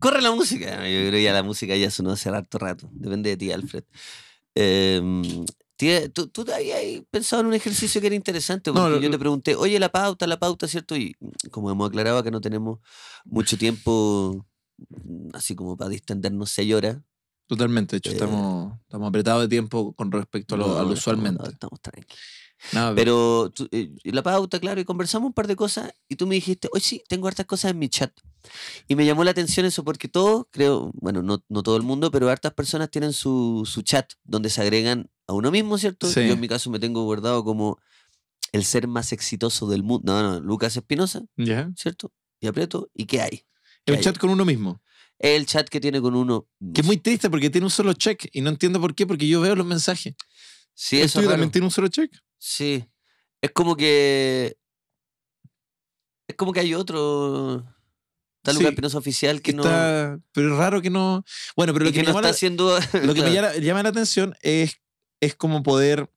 A: Corre la música. Yo creo que ya la música ya sonó hace harto rato. Depende de ti, Alfred. Em, tía, tú, tú habías pensado en un ejercicio que era interesante.
B: No,
A: Porque
B: lo-
A: yo te pregunté, oye, la pauta, la pauta, ¿cierto? Y como hemos aclarado que no tenemos mucho tiempo mm, así como para distendernos seis horas.
B: Totalmente, de hecho,
A: Eh.
B: estamos, estamos apretados de tiempo con respecto a lo,
A: No,
B: a lo
A: no,
B: usualmente.
A: no, estamos tranqui.
B: No,
A: Pero tú, eh, la pauta, claro, y conversamos un par de cosas y tú me dijiste, hoy sí, tengo hartas cosas en mi chat. Y me llamó la atención eso porque todos, creo, bueno, no, no todo el mundo, pero hartas personas tienen su, su chat donde se agregan a uno mismo, ¿cierto?
B: Sí.
A: Yo en mi caso me tengo guardado como el ser más exitoso del mundo. No, no, Lucas Espinosa,
B: ¿Ya?
A: ¿cierto? Y aprieto, ¿y qué hay?
B: El
A: Ya,
B: chat con uno mismo.
A: El chat que tiene con uno.
B: Que es muy triste porque tiene un solo check y no entiendo por qué, porque yo veo los mensajes.
A: Sí,
B: ¿El
A: eso
B: tuyo
A: es raro.
B: también tiene un solo check?
A: Sí. Es como que. Es como que hay otro. Está
B: Sí,
A: Lucas Espinosa oficial que no.
B: Está- Pero es raro que no... Bueno, pero
A: y
B: lo
A: que
B: que, me
A: no
B: llama
A: está
B: la-
A: haciendo.
B: Lo que me
A: Claro.
B: llama, llama la atención es, es como poder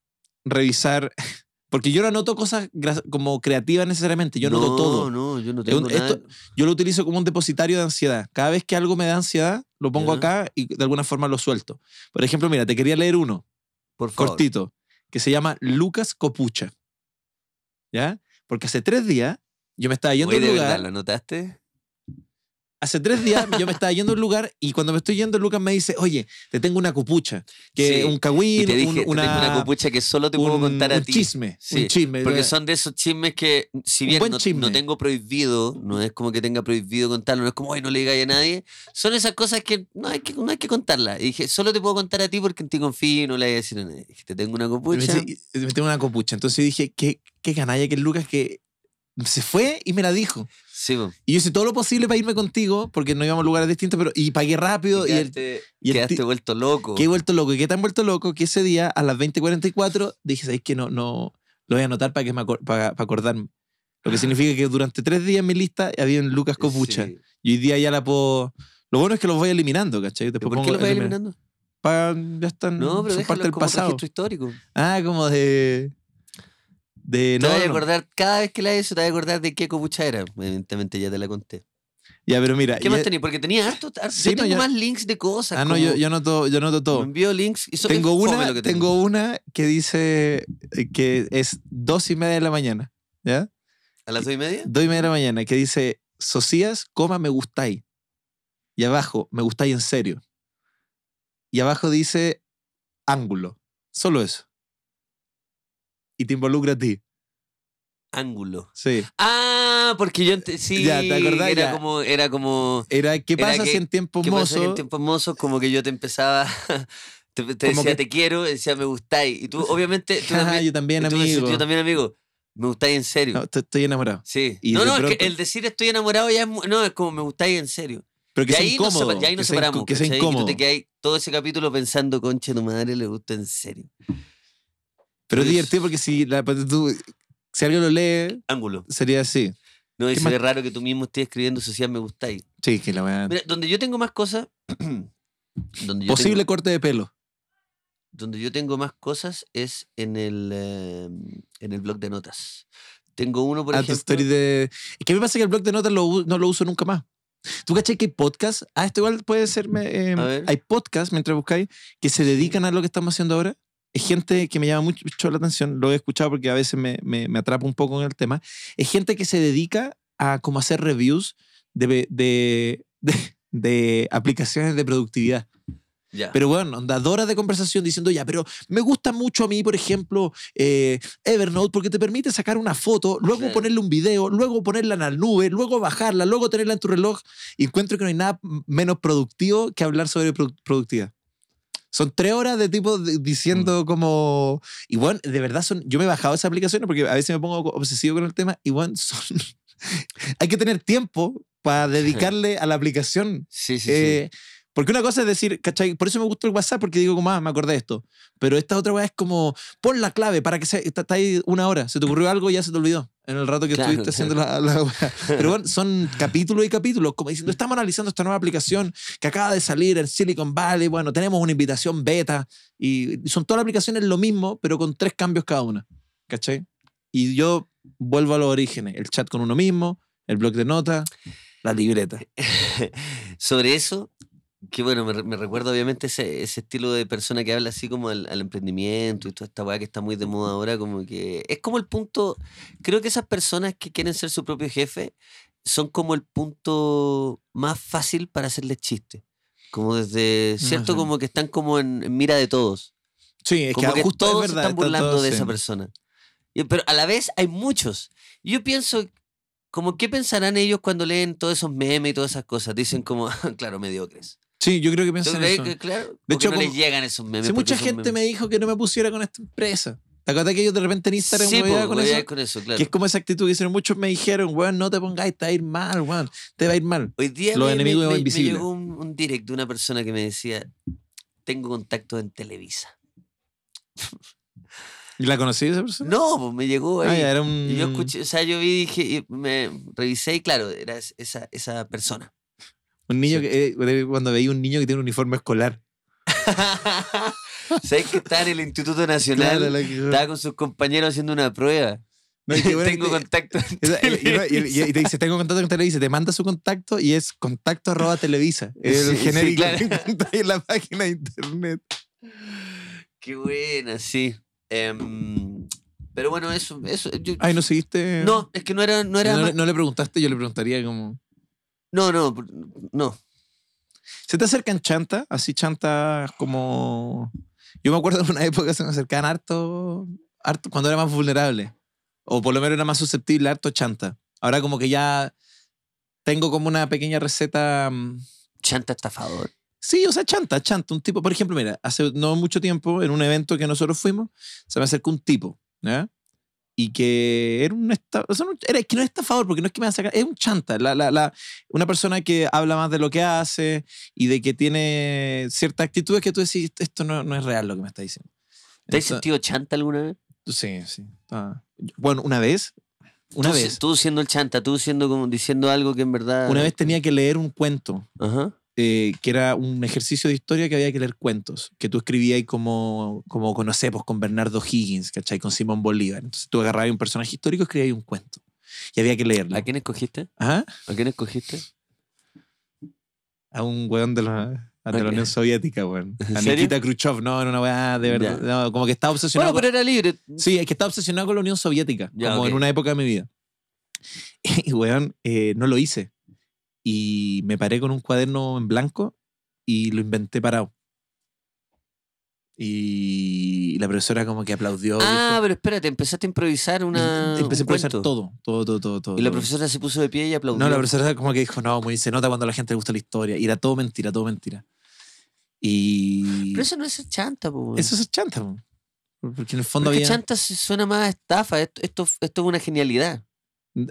B: revisar, porque yo no anoto cosas gra- como creativas necesariamente, yo anoto
A: no,
B: todo.
A: No, yo no
B: Es un-
A: tengo nada.
B: esto- Yo lo utilizo como un depositario de ansiedad. Cada vez que algo me da ansiedad, lo pongo
A: Ya.
B: acá y de alguna forma lo suelto. Por ejemplo, mira, te quería leer uno,
A: por favor.
B: cortito, que se llama Lucas Copucha. ¿Ya? Porque hace tres días yo me estaba yendo
A: Oye,
B: a un
A: de
B: lugar...
A: verdad, ¿lo notaste?
B: Hace tres días yo me estaba yendo a un lugar y cuando me estoy yendo, Lucas me dice, oye, te tengo una copucha, que
A: Sí.
B: un
A: Y
B: cagüín,
A: te dije,
B: un-
A: te tengo
B: una,
A: una, copucha que solo te puedo
B: un-
A: contar a
B: un
A: ti.
B: chisme, un
A: Sí,
B: chisme.
A: Porque son de esos chismes que, si
B: Un
A: bien
B: buen
A: no,
B: chisme.
A: no tengo prohibido, no es como que tenga prohibido contarlo, no es como, oye, no le digáis a nadie, son esas cosas que no hay que, no hay que contarlas. Y dije, solo te puedo contar a ti porque en ti confío y no le voy a decir a nadie. Dije, te tengo una
B: Me
A: copucha.
B: dice, me tengo una copucha. Entonces dije, qué, qué canalla que el Lucas que se fue y me la dijo.
A: Sí, po.
B: Y yo hice todo lo posible para irme contigo, porque no íbamos a lugares distintos, pero y pagué rápido y,
A: Y
B: el,
A: quedaste,
B: y el
A: quedaste
B: ti-
A: vuelto loco.
B: que he vuelto loco. Y que tan vuelto loco que ese día a las 20.44 dije, ¿sabes que No, no, lo voy a anotar para, que me acor- para, para acordarme. Lo que significa que durante tres días en mi lista había un Lucas Copucha.
A: Ah. Sí.
B: Y hoy día ya la puedo. Lo bueno es que los voy eliminando, ¿cachai?
A: ¿Y
B: Después
A: ¿Por qué
B: pongo
A: lo vas
B: eliminar.
A: eliminando?
B: Pa- ya están.
A: No, pero
B: son
A: déjalo
B: parte del
A: como
B: pasado.
A: registro histórico.
B: Ah, como de. De.
A: te
B: No,
A: vas a
B: no.
A: acordar, cada vez que la eso, te vas a acordar de qué copucha era. Evidentemente ya te la conté.
B: Ya, pero mira.
A: ¿Qué
B: ya-
A: más tenía? Porque tenía harto. harto-
B: Sí,
A: yo
B: no,
A: tengo
B: yo-
A: más links de cosas.
B: Ah, no,
A: como-
B: yo, yo noto, yo noto
A: Me
B: todo.
A: envió links. y eso que
B: Tengo
A: es fome
B: una,
A: lo que
B: tengo. una que dice eh, que es dos y media de la mañana. ¿Ya?
A: ¿A las dos y media?
B: Dos y media de la mañana, que dice Socias, coma, me gustáis. Y abajo, me gustáis en serio. Y abajo dice ángulo. Solo eso. Y te involucra a ti.
A: Ángulo.
B: Sí.
A: Ah, porque yo ante- sí.
B: Ya, ¿te acordás?
A: Era
B: Ya.
A: como, era como.
B: Era, ¿qué
A: Era
B: pasa
A: que-
B: si en tiempo
A: ¿Qué pasa
B: mozo?
A: en tiempos mozos? Como que yo te empezaba. Te, te
B: Como
A: decía
B: que-
A: te quiero, decía me gustáis. Y tú, obviamente. Tú
B: Ah,
A: también,
B: yo también,
A: tú me decías,
B: amigo.
A: yo también, amigo. Me gustáis en serio.
B: No, estoy, estoy enamorado.
A: sí.
B: y
A: No,
B: de
A: no, es
B: pronto-
A: que el decir estoy enamorado ya es. mu- No, es como me gustáis en serio.
B: Pero que
A: y
B: sea
A: ahí nos,
B: incómodo.
A: separa- y ahí nos
B: que sea inco-
A: separamos.
B: Que sea
A: ¿cachai? Y
B: incómodo.
A: tú te quedas todo ese capítulo pensando, concha, tu madre le gusta en serio.
B: Pero es
A: Dios.
B: divertido porque si, la, tú- si alguien lo lee,
A: Ángulo.
B: sería así.
A: No, y
B: ¿Qué
A: se
B: más?
A: ve raro que tú mismo estés escribiendo social me gustáis.
B: Sí, que la weá.
A: Mira, donde yo tengo más cosas. donde yo
B: Posible
A: Tengo,
B: corte de pelo.
A: donde yo tengo más cosas es en el, eh, en el blog de notas. Tengo uno, por
B: Ah, tu
A: ejemplo.
B: story de. Es que me pasa que el blog de notas lo u- no lo uso nunca más. ¿Tú caché que hay podcast? Ah, esto igual puede ser. me- eh,
A: A ver.
B: hay podcast, mientras buscáis, que se dedican a lo que estamos haciendo ahora. Es gente que me llama mucho, mucho la atención, lo he escuchado porque a veces me, me, me atrapa un poco en el tema. Es gente que se dedica a como hacer reviews de, de, de, de aplicaciones de productividad.
A: Ya.
B: Pero bueno, onda, dos horas de conversación diciendo, ya, pero me gusta mucho a mí, por ejemplo, eh, Evernote, porque te permite sacar una foto, luego
A: Claro.
B: ponerle un video, luego ponerla en la nube, luego bajarla, luego tenerla en tu reloj. Y encuentro que no hay nada menos productivo que hablar sobre produ- productividad. Son tres horas de tipo de-
A: Mm.
B: diciendo como... Y bueno, de verdad son... Yo me he bajado esas aplicaciones porque a veces me pongo obsesivo con el tema y bueno, son... hay que tener tiempo para dedicarle a la aplicación.
A: sí, sí,
B: Eh, Porque una cosa es decir, ¿cachai? Por eso me gusta el WhatsApp, porque digo, como, ah, me acordé de esto. Pero esta otra vez es como, pon la clave para que se. Está, está ahí una hora, se te ocurrió algo y ya se te olvidó. En el rato que
A: Claro,
B: estuviste haciendo la, la weá. Pero bueno, son capítulos y capítulos, como diciendo, estamos analizando esta nueva aplicación que acaba de salir en Silicon Valley. Bueno, tenemos una invitación beta. Y son todas las aplicaciones lo mismo, pero con tres cambios cada una. ¿Cachai? Y yo vuelvo a los orígenes: el chat con uno mismo, el blog de notas, la libreta.
A: sí. Sobre eso, que bueno, me, re- me recuerda obviamente ese, ese estilo de persona que habla así como al, al emprendimiento y toda esta weá que está muy de moda ahora, como que es como el punto, creo que esas personas que quieren ser su propio jefe son como el punto más fácil para hacerles chistes. Como desde, ¿cierto?
B: Ajá.
A: Como que están como en, en mira de todos.
B: Sí, es
A: como
B: que,
A: que,
B: justo
A: todos
B: es verdad,
A: se están
B: está
A: burlando
B: todo
A: de
B: así.
A: esa persona. Y- Pero a la vez hay muchos. Y Yo pienso, como qué pensarán ellos cuando leen todos esos memes y todas esas cosas. Dicen como, claro, mediocres.
B: Sí, yo creo que
A: ¿Tú
B: piensan
A: crees
B: eso.
A: que, claro,
B: De
A: de
B: hecho,
A: hecho, no les
B: como-
A: llegan esos memes.
B: Sí,
A: porque
B: mucha
A: son
B: gente
A: memes.
B: me dijo que no me pusiera con esta empresa. ¿Te acuerdas que yo de repente en Instagram
A: Sí, pues,
B: hueveaba
A: po,
B: con
A: hueveáis
B: eso?
A: con eso, claro.
B: Que es como esa actitud que hicieron muchos me dijeron, weón, no te pongáis, te va a ir mal, weón, te va a ir mal.
A: Hoy día
B: Los
A: me,
B: enemigos
A: me- me- me
B: invisibles.
A: llegó un, un direct de una persona que me decía, tengo contacto en Televisa.
B: ¿Y la conocí esa persona?
A: No, pues me llegó ahí.
B: Ah, ya, era un...
A: Y yo escuché, o sea, yo vi, dije, y me revisé y claro, era es- esa, esa persona.
B: Un niño que, eh, cuando veía un niño que tiene un uniforme escolar.
A: ¿Sabes que estaba en el Instituto Nacional?
B: Claro, la que-
A: Estaba con sus compañeros haciendo una prueba.
B: No, y qué bueno
A: tengo
B: que te-
A: contacto en
B: Esa- y- y-
A: Televisa.
B: y, y- y te dice, tengo contacto con Televisa, te manda su contacto y es contacto arroba Televisa.
A: Sí, sí,
B: El genérico
A: claro.
B: que encontráis en la página de internet.
A: Qué buena, sí. Em, pero bueno, eso... eso yo-
B: Ay, ¿no seguiste?
A: no, es que no era... No,
B: No,
A: era
B: le-
A: ma-
B: no le preguntaste, yo le preguntaría como...
A: no, no, no.
B: ¿Se te acercan chantas? Así chantas como... Yo me acuerdo en una época se me acercaban harto, harto cuando era más vulnerable. O por lo menos era más susceptible, harto chanta. Ahora como que ya tengo como una pequeña receta... mm,
A: Chanta estafador.
B: Sí, o sea, chanta, chanta. Un tipo, por ejemplo, mira, hace no mucho tiempo, en un evento que nosotros fuimos, se me acercó un tipo, ¿ya? Y que era un estafador, era que no es estafador, porque no es que me va a sacar, es un chanta. La, la, la, una persona que habla más de lo que hace y de que tiene ciertas actitudes que tú decís, esto no, no es real lo que me está diciendo.
A: ¿Te has
B: Entonces-
A: sentido chanta alguna vez?
B: Sí, sí. Ah, Bueno, una vez, una
A: tú, si-
B: vez,
A: Tú ah, siendo el chanta, tú siendo como diciendo algo que en verdad.
B: una vez tenía que leer un cuento
A: Ajá.
B: eh, que era un ejercicio de historia que había que leer cuentos, que tú escribías ahí como, como con, no sé, pues, con Bernardo Higgins, ¿cachai? Con Simón Bolívar. Entonces tú agarrabas un personaje histórico y escribías ahí un cuento. Y había que leerlo.
A: ¿A quién escogiste?
B: Ajá.
A: ¿A quién escogiste?
B: A un weón de, la- a de la
A: Ok.
B: Unión Soviética, weón.
A: ¿En
B: A
A: serio?
B: Nikita Khrushchev, no, era una weá de verdad. No, como que estaba obsesionado.
A: Bueno, pero era libre.
B: con- Sí, es que estaba obsesionado con la Unión Soviética,
A: Ya,
B: como en
A: ok.
B: una época de mi vida. Y, weón, eh, no lo hice. Y me paré con un cuaderno en blanco y lo inventé parado. Y la profesora como que aplaudió.
A: Ah, pero espérate, empezaste a improvisar
B: dijo-
A: una.
B: Em, empecé
A: un
B: a improvisar
A: cuento.
B: todo, todo, todo, todo, todo.
A: Y la
B: todo.
A: profesora se puso de pie y aplaudió.
B: No, la profesora como que dijo, no, muy, se nota cuando a la gente le gusta la historia. Y era todo mentira, todo mentira. Y...
A: Pero eso no es ser chanta, po. weón.
B: Eso es chanta. po. Porque en el fondo
A: Porque
B: había...
A: chanta se- suena más a estafa. Esto, esto, esto es una genialidad.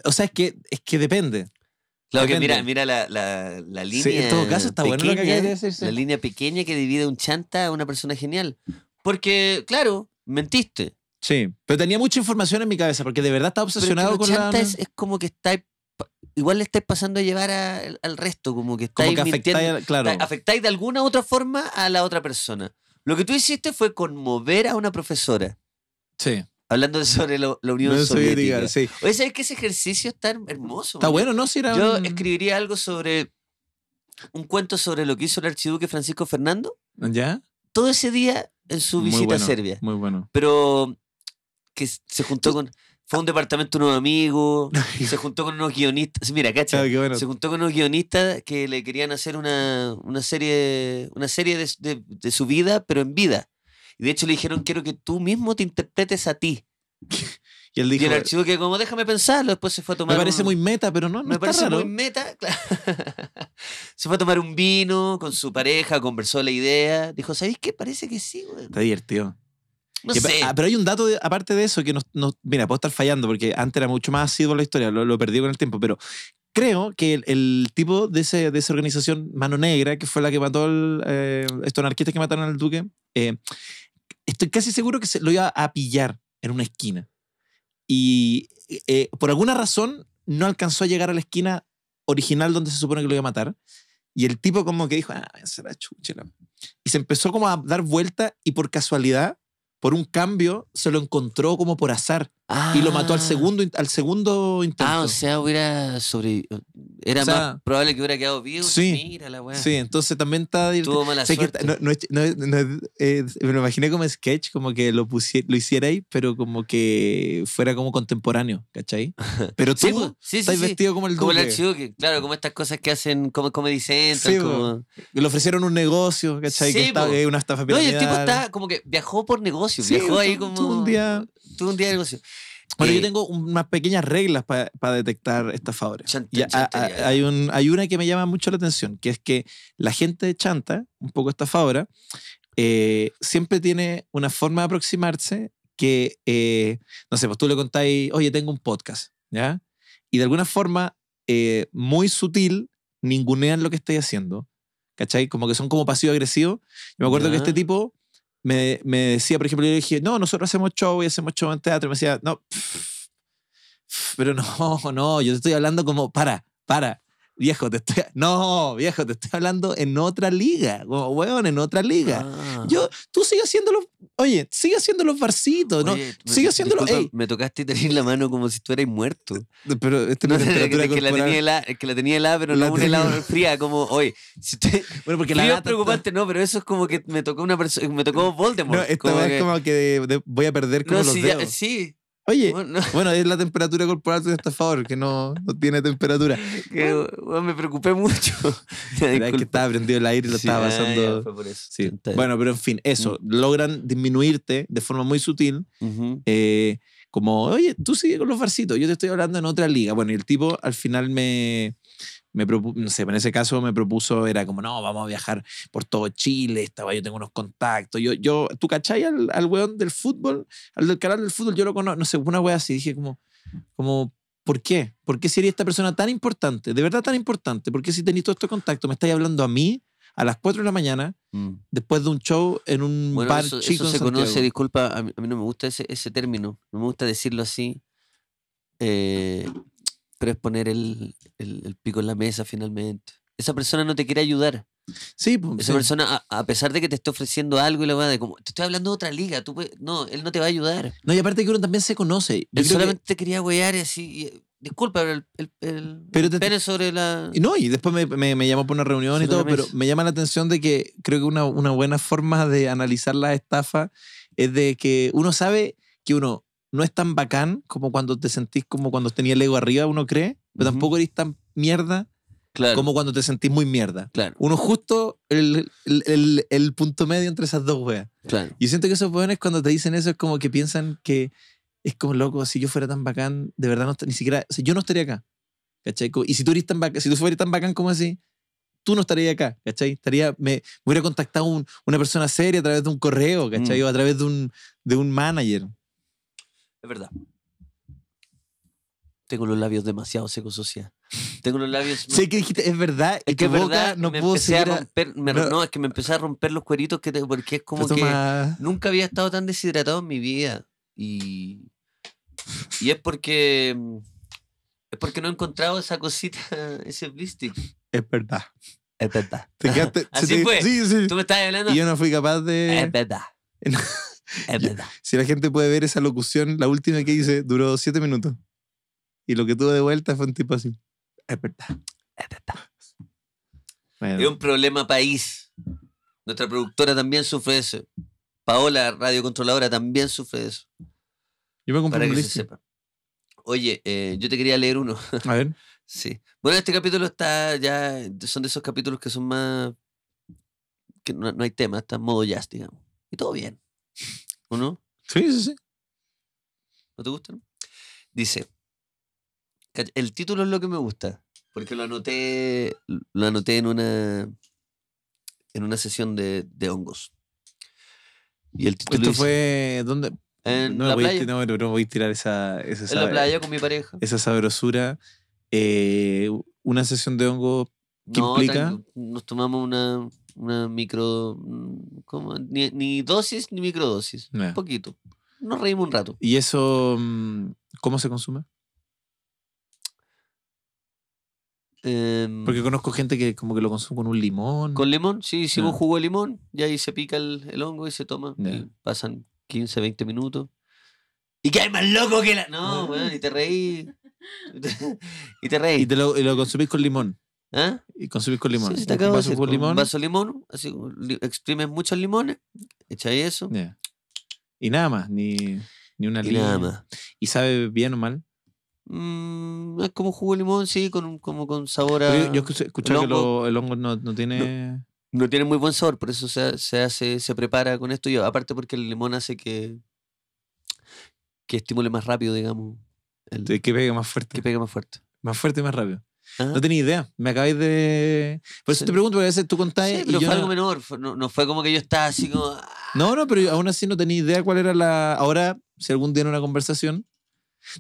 B: O sea, es que, es que depende.
A: Claro que
B: Depende.
A: mira, mira la, la, la línea.
B: Sí, en todo caso está bueno lo que acabas de decir, sí.
A: La línea pequeña que divide un chanta a una persona genial. Porque, claro, mentiste.
B: Sí, pero tenía mucha información en mi cabeza porque de verdad estaba
A: Pero es que
B: obsesionado
A: lo
B: con la...
A: chanta es, es como que estáis. pa- Igual le estáis pasando a llevar a- al- al resto, como que
B: como
A: estáis.
B: que
A: mintiendo-
B: afectaba, claro.
A: estáis- afectáis de alguna u otra forma a la otra persona. Lo que tú hiciste fue conmover a una profesora,
B: sí.
A: hablando sobre lo- la Unión
B: No soy
A: Soviética.
B: diga, sí.
A: Oye, ¿sabes que ese ejercicio es tan hermoso?
B: Está
A: man?
B: bueno, ¿no? Si era
A: Yo
B: un-
A: escribiría algo sobre. Un cuento sobre lo que hizo el archiduque Francisco Fernando
B: ¿Ya?
A: todo ese día en su
B: Muy
A: visita
B: bueno,
A: a Serbia.
B: Muy bueno.
A: Pero que se juntó con. Fue a un departamento de unos amigos, se juntó con unos guionistas. Mira, cacha.
B: Claro, Ah, qué bueno.
A: Se juntó con unos guionistas que le querían hacer una, una serie, una serie de, de- de su vida, pero en vida. Y de hecho le dijeron, quiero que tú mismo te interpretes a ti.
B: Y él dijo,
A: y el archivo que como, déjame pensarlo, después se fue a tomar...
B: me parece
A: un-
B: muy meta, pero no, no
A: me
B: está
A: parece
B: raro.
A: muy meta. claro. se fue a tomar un vino con su pareja, conversó la idea. Dijo, ¿sabéis qué? Parece que sí, güey.
B: Está divertido.
A: No
B: Que-
A: sé.
B: ah, pero hay un dato de- aparte de eso que nos, nos- Mira, puedo estar fallando porque antes era mucho más asiduo a la historia, lo, lo perdí con el tiempo, pero creo que el, el tipo de, ese- de esa organización Mano Negra, que fue la que mató al, eh, estos anarquistas que mataron al duque, eh, estoy casi seguro que se lo iba a pillar en una esquina. Y eh, por alguna razón no alcanzó a llegar a la esquina original donde se supone que lo iba a matar. Y el tipo como que dijo, ah, será chuchela. Y se empezó como a dar vuelta y por casualidad por un cambio, se lo encontró como por azar y lo mató al
A: Ah.
B: segundo, in- al segundo intento.
A: Ah, o sea, hubiera sobrevivido. Era
B: O sea,
A: más probable que hubiera quedado vivo.
B: sí,
A: Mira la weá.
B: Sí, entonces también está...
A: Tuvo mala
B: sé que
A: suerte.
B: está- no- no es- no es- no es- eh, me lo imaginé como sketch, como que lo, pusie- lo hiciera ahí, pero como que fuera como contemporáneo, ¿cachai? Pero tú
A: Sí, po. sí, sí,
B: estás
A: sí.
B: vestido como el
A: Como el
B: duque.
A: archiduque, claro, como estas cosas que hacen como Comedy Central,
B: Sí, po.
A: como...
B: Le ofrecieron un negocio, ¿cachai?
A: Sí,
B: que está-
A: po.
B: es una estafa
A: No, y
B: piramidal.
A: el tipo está como que viajó por negocio,
B: Sí,
A: viajó ahí
B: tú-
A: como...
B: tú un día-
A: Tuvo un día de negocio.
B: Bueno,
A: Eh,
B: yo tengo unas pequeñas reglas para detectar estafadores.
A: Chanta-
B: Y a- a-
A: chantería, ya.
B: hay, un, hay una que me llama mucho la atención, que es que la gente chanta, un poco estafadora, eh, siempre tiene una forma de aproximarse que, eh, no sé, pues tú le contáis, oye, tengo un podcast, ¿ya? Y de alguna forma eh, muy sutil ningunean lo que estáis haciendo, ¿cachai? Como que son como pasivo-agresivo. Yo me acuerdo que
A: Ya.
B: este tipo me, me decía, por ejemplo, yo le dije, no, nosotros hacemos show y hacemos show en teatro. Y me decía, no, pff, pff, pero no, no, yo te estoy hablando como, para, para. Viejo, te estoy. No, viejo, te estoy hablando en otra liga. Como, weón, en otra liga.
A: Ah.
B: Yo, tú sigue haciendo los. Oye, sigue haciendo los barcitos. ¿no?
A: Oye, me-
B: Sigue haciendo los.
A: disculpa,
B: Ey,
A: Me tocaste tener la mano como si tú eras muerto.
B: pero este
A: No,
B: no es
A: que,
B: temperatura
A: que la
B: corporal.
A: tenía helada, que la tenía helada, pero
B: La
A: no un
B: tenía-
A: helado fría, como, oye, si te,
B: Bueno,
A: frío
B: porque la
A: es
B: lata está-
A: preocupante, no, pero eso es como que me tocó una persona, me tocó Voldemort.
B: No, esta
A: como
B: vez
A: que-
B: es como que de- de- voy a perder como
A: no,
B: los
A: sí, ya-
B: dedos.
A: sí,
B: Oye,
A: bueno, no,
B: bueno, es la temperatura corporal de un estafador que no, no tiene temperatura.
A: que, bueno, me preocupé mucho. Ya,
B: La verdad es que
A: disculpa.
B: estaba prendido el aire y lo
A: Sí,
B: estaba
A: ah, ya,
B: pasando.
A: fue por eso.
B: Sí.
A: Está bien. Mm.
B: Bueno, pero en fin, eso. Logran disminuirte de forma muy sutil
A: Ujú.
B: eh, como, oye, tú sigue con los farcitos, yo te estoy hablando en otra liga. Bueno, y el tipo al final me, me propu- no sé, en ese caso me propuso, era como, no, vamos a viajar por todo Chile, estaba, yo tengo unos contactos, yo, yo, tú cachai al, al weón del fútbol, al del canal del fútbol, yo lo conozco, no sé, una wea así, dije como, como, ¿por qué? ¿Por qué sería esta persona tan importante, de verdad tan importante? ¿Por qué si tenéis todo estos contactos me estáis hablando a mí a las 4 de la mañana?
A: Mm.
B: Después de un show en un
A: Bueno,
B: bar
A: eso, eso
B: chico en
A: se conoce,
B: Santiago.
A: disculpa, a mí, a mí no me gusta ese, ese término, no me gusta decirlo así, eh, pero es poner el, el- el pico en la mesa finalmente. Esa persona no te quiere ayudar.
B: Sí, pues,
A: Esa
B: sí.
A: persona, a, a pesar de que te esté ofreciendo algo y la verdad de como, te estoy hablando de otra liga, tú puedes- no, él no te va a ayudar.
B: No, y aparte que uno también se conoce. Yo
A: Él
B: creo que-
A: solamente te quería huear y así. y- eh, disculpa, pero el, el, el-
B: Pero
A: el
B: te-
A: pene sobre la.
B: y no, y después me, me- me llamó por una reunión y
A: Sobre
B: todo,
A: la
B: pero
A: mesa.
B: me llama la atención de que creo que una, una buena forma de analizar la estafa es de que uno sabe que uno no es tan bacán como cuando te sentís como cuando tenía el ego arriba, uno cree, pero
A: Ujú.
B: tampoco eres tan mierda
A: claro,
B: como cuando te sentís muy mierda.
A: claro,
B: Uno justo el, el- el- el punto medio entre esas dos weas.
A: claro.
B: Yo siento que esos weones cuando te dicen eso es como que piensan que es como loco, si yo fuera tan bacán, de verdad no est- ni siquiera, o sea, yo no estaría acá. ¿Cachai? Co- Y si tú eres tan bacán, si tú fueras tan bacán como así, tú no estarías acá, ¿cachai? Estaría, me, me hubiera contactado un- una persona seria a través de un correo, ¿cachai?
A: Mm.
B: O a través de un, de un manager.
A: Es verdad. Tengo los labios demasiado secos, sociedad. Tengo los labios.
B: Sé que dijiste, es verdad, y
A: es que
B: tu
A: es
B: boca
A: verdad,
B: no
A: me
B: puedo
A: empecé a
B: seguir a-
A: romper. me-
B: no.
A: no. es que me empecé a romper los cueritos que te- porque es como
B: Pero
A: que.
B: toma-
A: Nunca había estado tan deshidratado en mi vida. Y, y es porque. mm, Es porque no he encontrado esa cosita, ese blister.
B: Es verdad.
A: Es verdad.
B: Te quedaste- se
A: Así
B: te-
A: fue.
B: Sí, sí.
A: Tú me estás hablando. Ah,
B: Y yo no fui capaz de...
A: Es verdad.
B: no.
A: Es verdad.
B: Si la gente puede ver esa locución, la última que hice duró siete minutos. Y lo que tuve de vuelta fue un tipo así. Es verdad.
A: Es verdad.
B: Bueno,
A: Es un problema país. Nuestra productora también sufre de eso. Paola, radiocontroladora, también sufre de eso.
B: yo me compré
A: Para
B: un
A: que se
B: blister.
A: sepa. Oye, eh, yo te quería leer uno.
B: A ver.
A: Sí. Bueno, este capítulo está ya. Son de esos capítulos que son más. que no, no hay tema, está en modo jazz, digamos. Y todo bien. ¿O no?
B: Sí, sí, sí.
A: ¿No te gusta? no? Dice. cach- El título es lo que me gusta. Porque lo anoté. Lo anoté en una. En una sesión de, de hongos. Y el título
B: Esto
A: dice,
B: fue. ¿Dónde?
A: En
B: no, me
A: la
B: voy a
A: playa.
B: tirar- no, no, no voy a tirar esa. esa
A: En la
B: sab-
A: playa con mi pareja.
B: Esa sabrosura. Eh, una sesión de hongo. ¿Qué
A: No,
B: implica?
A: tan- nos tomamos una, una micro. mm, ¿cómo? Ni, ni dosis ni microdosis.
B: Nah.
A: Un poquito. Nos reímos un rato.
B: ¿Y eso mm, cómo se consume?
A: Em,
B: Porque conozco gente que como que lo consume con un limón.
A: con limón, sí, hicimos
B: Ya.
A: jugo de limón. Y ahí se pica el, el hongo y se toma.
B: Ah. Ya.
A: Y pasan 15, 20 minutos. Y que hay más loco que la. No, weón, y te reí. y te reí.
B: Ah. Y te lo, y lo consumís con limón.
A: ¿Ah?
B: Y consumís con limón.
A: Sí, se te
B: Un
A: acaba de
B: vaso
A: hacer,
B: con
A: con
B: limón.
A: Un vaso de limón, así como li- exprimes muchos limones, echáis eso.
B: Ya. Y nada más, ni, ni una
A: Y
B: línea.
A: nada más. Ah,
B: ¿Y sabe bien o mal?
A: Mm, es como jugo de limón, sí, con, un- como con sabor a...
B: Pero Yo, yo escuché
A: el
B: que
A: hongo-
B: lo- el hongo no, no tiene...
A: No tiene muy buen sabor, por eso se, se hace, se prepara con esto. Y aparte porque el limón hace que, que estimule más rápido, digamos, el-
B: de Que pega más fuerte.
A: que pegue más fuerte.
B: Más fuerte y más rápido.
A: Ah,
B: No tenía idea. Me acabáis de... Por eso
A: Sí.
B: te pregunto, porque a veces tú contás...
A: sí,
B: Eh, y
A: pero
B: yo
A: fue algo
B: no...
A: menor, fue- no, no fue como que yo estaba así como... ah,
B: no, no, pero aún así no tenía idea cuál era la... Ahora si algún día en una conversación.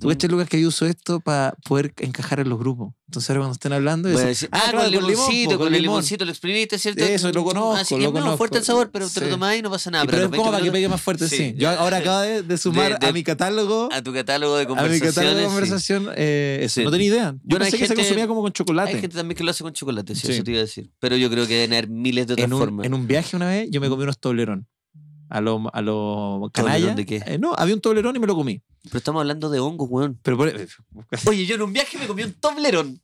B: Tú
A: Mm.
B: cachas, Lucas, que yo uso esto para poder encajar en los grupos. Entonces ahora cuando estén hablando,
A: Voy a decir,
B: dicen, ah, claro,
A: con el limoncito, con, el limoncito, lo exprimiste, ¿cierto?
B: Eso, lo conozco,
A: Ah, sí,
B: lo
A: es menos
B: conozco.
A: fuerte el sabor, Ah, pero te lo
B: Sí.
A: tomás y no pasa nada.
B: Y Pero es
A: de repente
B: como para que
A: cuando-
B: pegue más fuerte, sí.
A: Sí.
B: Yo ahora acabo de, de sumar
A: de-
B: a mi catálogo,
A: A tu catálogo de
B: a mi
A: conversaciones.
B: catálogo de
A: sí.
B: conversación, eh, eso.
A: Sí.
B: No tenía idea. Yo
A: Bueno, hay
B: pensé que se
A: gente-
B: consumía como con chocolate.
A: Hay gente también que lo hace con chocolate, sí,
B: Sí.
A: eso te iba a decir. Pero yo creo que deben haber miles de otras
B: en un,
A: formas.
B: en un viaje una vez yo me comí unos toblerón a los a lo canalla.
A: ¿Toblerón de qué?
B: Eh, no, había un toblerón y me lo comí.
A: Pero estamos hablando de hongos, weón.
B: Pero por- eh,
A: Oye, yo en un viaje me comí un toblerón.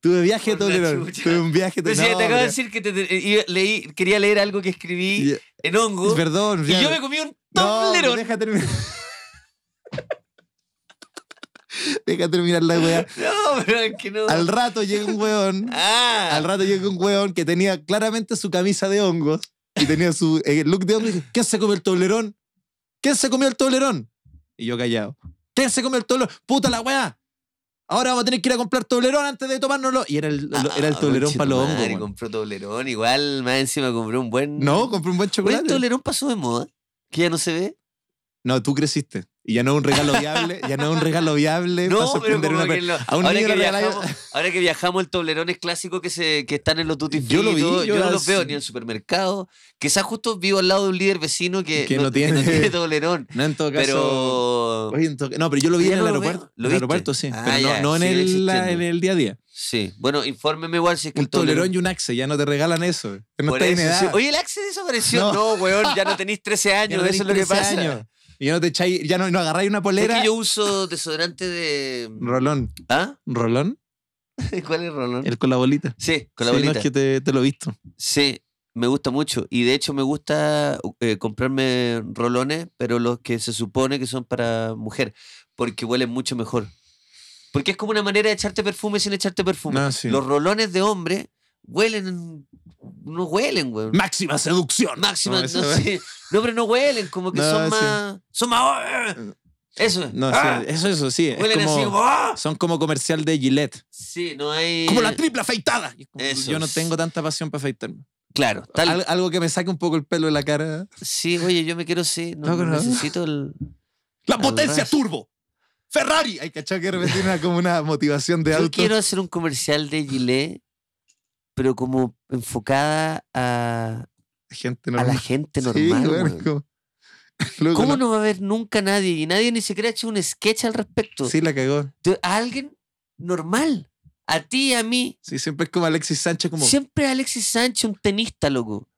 B: tuve viaje
A: Por la
B: toblerón,
A: chucha.
B: tuve un viaje
A: Pero si te
B: toblerón.
A: acabo de decir que te- te- eh, iba- leí, quería leer algo que escribí en hongo.
B: Perdón,
A: Y
B: ya-
A: yo me comí un
B: No,
A: toblerón.
B: deja terminar. deja terminar la weá.
A: No, pero es que no.
B: Al rato llega un weón.
A: ah,
B: Al rato llega un weón que tenía claramente su camisa de hongos y tenía su eh, look de hongos. y dice, ¿Quién se comió el toblerón? ¿Quién se comió el toblerón? Y yo callado. ¿Quién se comió el toblerón? ¡Puta la weá! Ahora vamos a tener que ir a comprar toblerón antes de tomárnoslo. Y era el, lo- era el
A: ah,
B: toblerón para los
A: conchetumare,
B: hongos. weón.
A: compró toblerón, igual, más encima compró un buen.
B: No, compré un buen
A: Oye,
B: chocolate.
A: el toblerón pasó de moda, que ya no se ve.
B: No, tú creciste. Y ya no es un regalo viable. Ya no es un regalo viable.
A: No,
B: para
A: pero
B: sorprender
A: como
B: a una
A: que lo-
B: per- a un
A: ahora,
B: niño
A: que
B: le regaláis-
A: viajamos, ahora que viajamos, el toblerón es clásico que, se, que están en los duty free.
B: Yo lo
A: y
B: vi,
A: todo. yo
B: yo
A: no
B: las-
A: los veo ni en el supermercado. Quizás justo vivo al lado de un líder vecino que,
B: Que no tiene.
A: toblerón.
B: No, en todo caso.
A: Pero.
B: Oye, en todo- No, pero yo lo vi
A: Ya
B: en el
A: no lo veo.
B: aeropuerto.
A: ¿Lo
B: en el
A: viste?
B: aeropuerto, sí.
A: Ah,
B: pero no,
A: ya,
B: no en,
A: sigue
B: el,
A: existiendo.
B: en el día a día.
A: Sí. Bueno, infórmeme igual si es que
B: Un
A: el toblerón.
B: tolerón y un axe, ya no te regalan eso. que No
A: Por
B: estás en
A: eso, sí.
B: edad.
A: Oye, el Axe desapareció.
B: No.
A: No, weón, ya no tenéis 13
B: Ya
A: años,
B: no
A: eso es
B: tenés
A: lo que
B: 13
A: pasa.
B: años. Y ya no te echáis, ya no, no agarráis una
A: Es
B: polera.
A: que yo uso desodorante de.
B: Rolón.
A: ¿Ah?
B: ¿Un ¿Rolón?
A: ¿Cuál es Rolón?
B: El con la bolita.
A: Sí, con la
B: Sí, no,
A: bolita.
B: es que te, te lo he visto.
A: Sí, me gusta mucho. Y de hecho me gusta eh, comprarme rolones, pero los que se supone que son para mujer, porque huelen mucho mejor. Porque es como una manera de echarte perfume sin echarte perfume.
B: No, sí.
A: Los rolones de hombre huelen, no huelen, güey.
B: Máxima seducción.
A: Máxima,
B: No,
A: no,
B: eso-
A: sé. No, pero no huelen, como que
B: No,
A: son
B: sí.
A: más... Son más... Eso es.
B: No, sí,
A: ¡Ah!
B: eso, eso, sí. es
A: Huelen así
B: como-
A: como... ¡ah!
B: Son como comercial de Gillette.
A: Sí, no hay...
B: Como la triple afeitada. Y es como,
A: eso
B: yo no
A: es.
B: tengo tanta pasión para afeitarme.
A: Claro, tal,
B: Al- algo que me saque un poco el pelo de la cara.
A: Sí, oye, yo me quiero sí. No,
B: No,
A: no
B: no.
A: necesito el.
B: La
A: Al
B: potencia
A: ras.
B: turbo. Ferrari. Hay cachado que de repente tiene una- como una motivación de
A: Yo
B: auto.
A: quiero hacer un comercial de Gillette, pero como enfocada a,
B: Gente
A: a la
B: normal.
A: gente normal.
B: Sí, bueno,
A: weón.
B: como- Loco,
A: ¿Cómo
B: no-
A: no va a haber nunca nadie? Y nadie ni siquiera ha hecho un sketch al respecto.
B: Sí, la cagó.
A: De- A alguien normal. A ti, a mí.
B: Sí, siempre es como Alexis Sánchez, como.
A: Siempre Alexis Sánchez, un tenista, loco.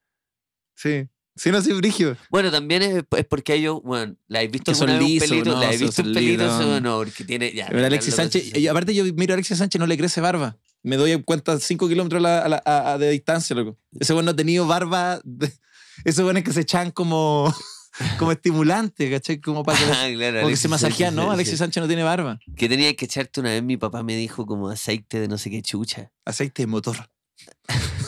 B: Sí. Sí, no, sí, Brigio.
A: Bueno, también es, es porque ellos, bueno, la he visto
B: Que son
A: alguna vez un
B: lisos,
A: pelito,
B: no,
A: la he
B: son-
A: visto
B: son
A: un pelito,
B: lisos.
A: eso no, porque tiene, ya.
B: Pero Alexis
A: loco,
B: Sánchez.
A: sí, sí.
B: y aparte, yo miro a Alexis Sánchez, no le crece barba. Me doy cuenta 5 kilómetros a la- a la- a- a- de distancia, loco. Ese bueno no ha tenido barba. de- Esos buenos que se echan como, como estimulante, ¿cachai? Como para que,
A: Ah, claro,
B: como que se
A: Alexis
B: masajean,
A: Sánchez,
B: ¿no?
A: sí.
B: Alexis Sánchez no tiene barba.
A: Que tenía que echarte una vez, mi papá me dijo como aceite de no sé qué chucha.
B: Aceite de motor.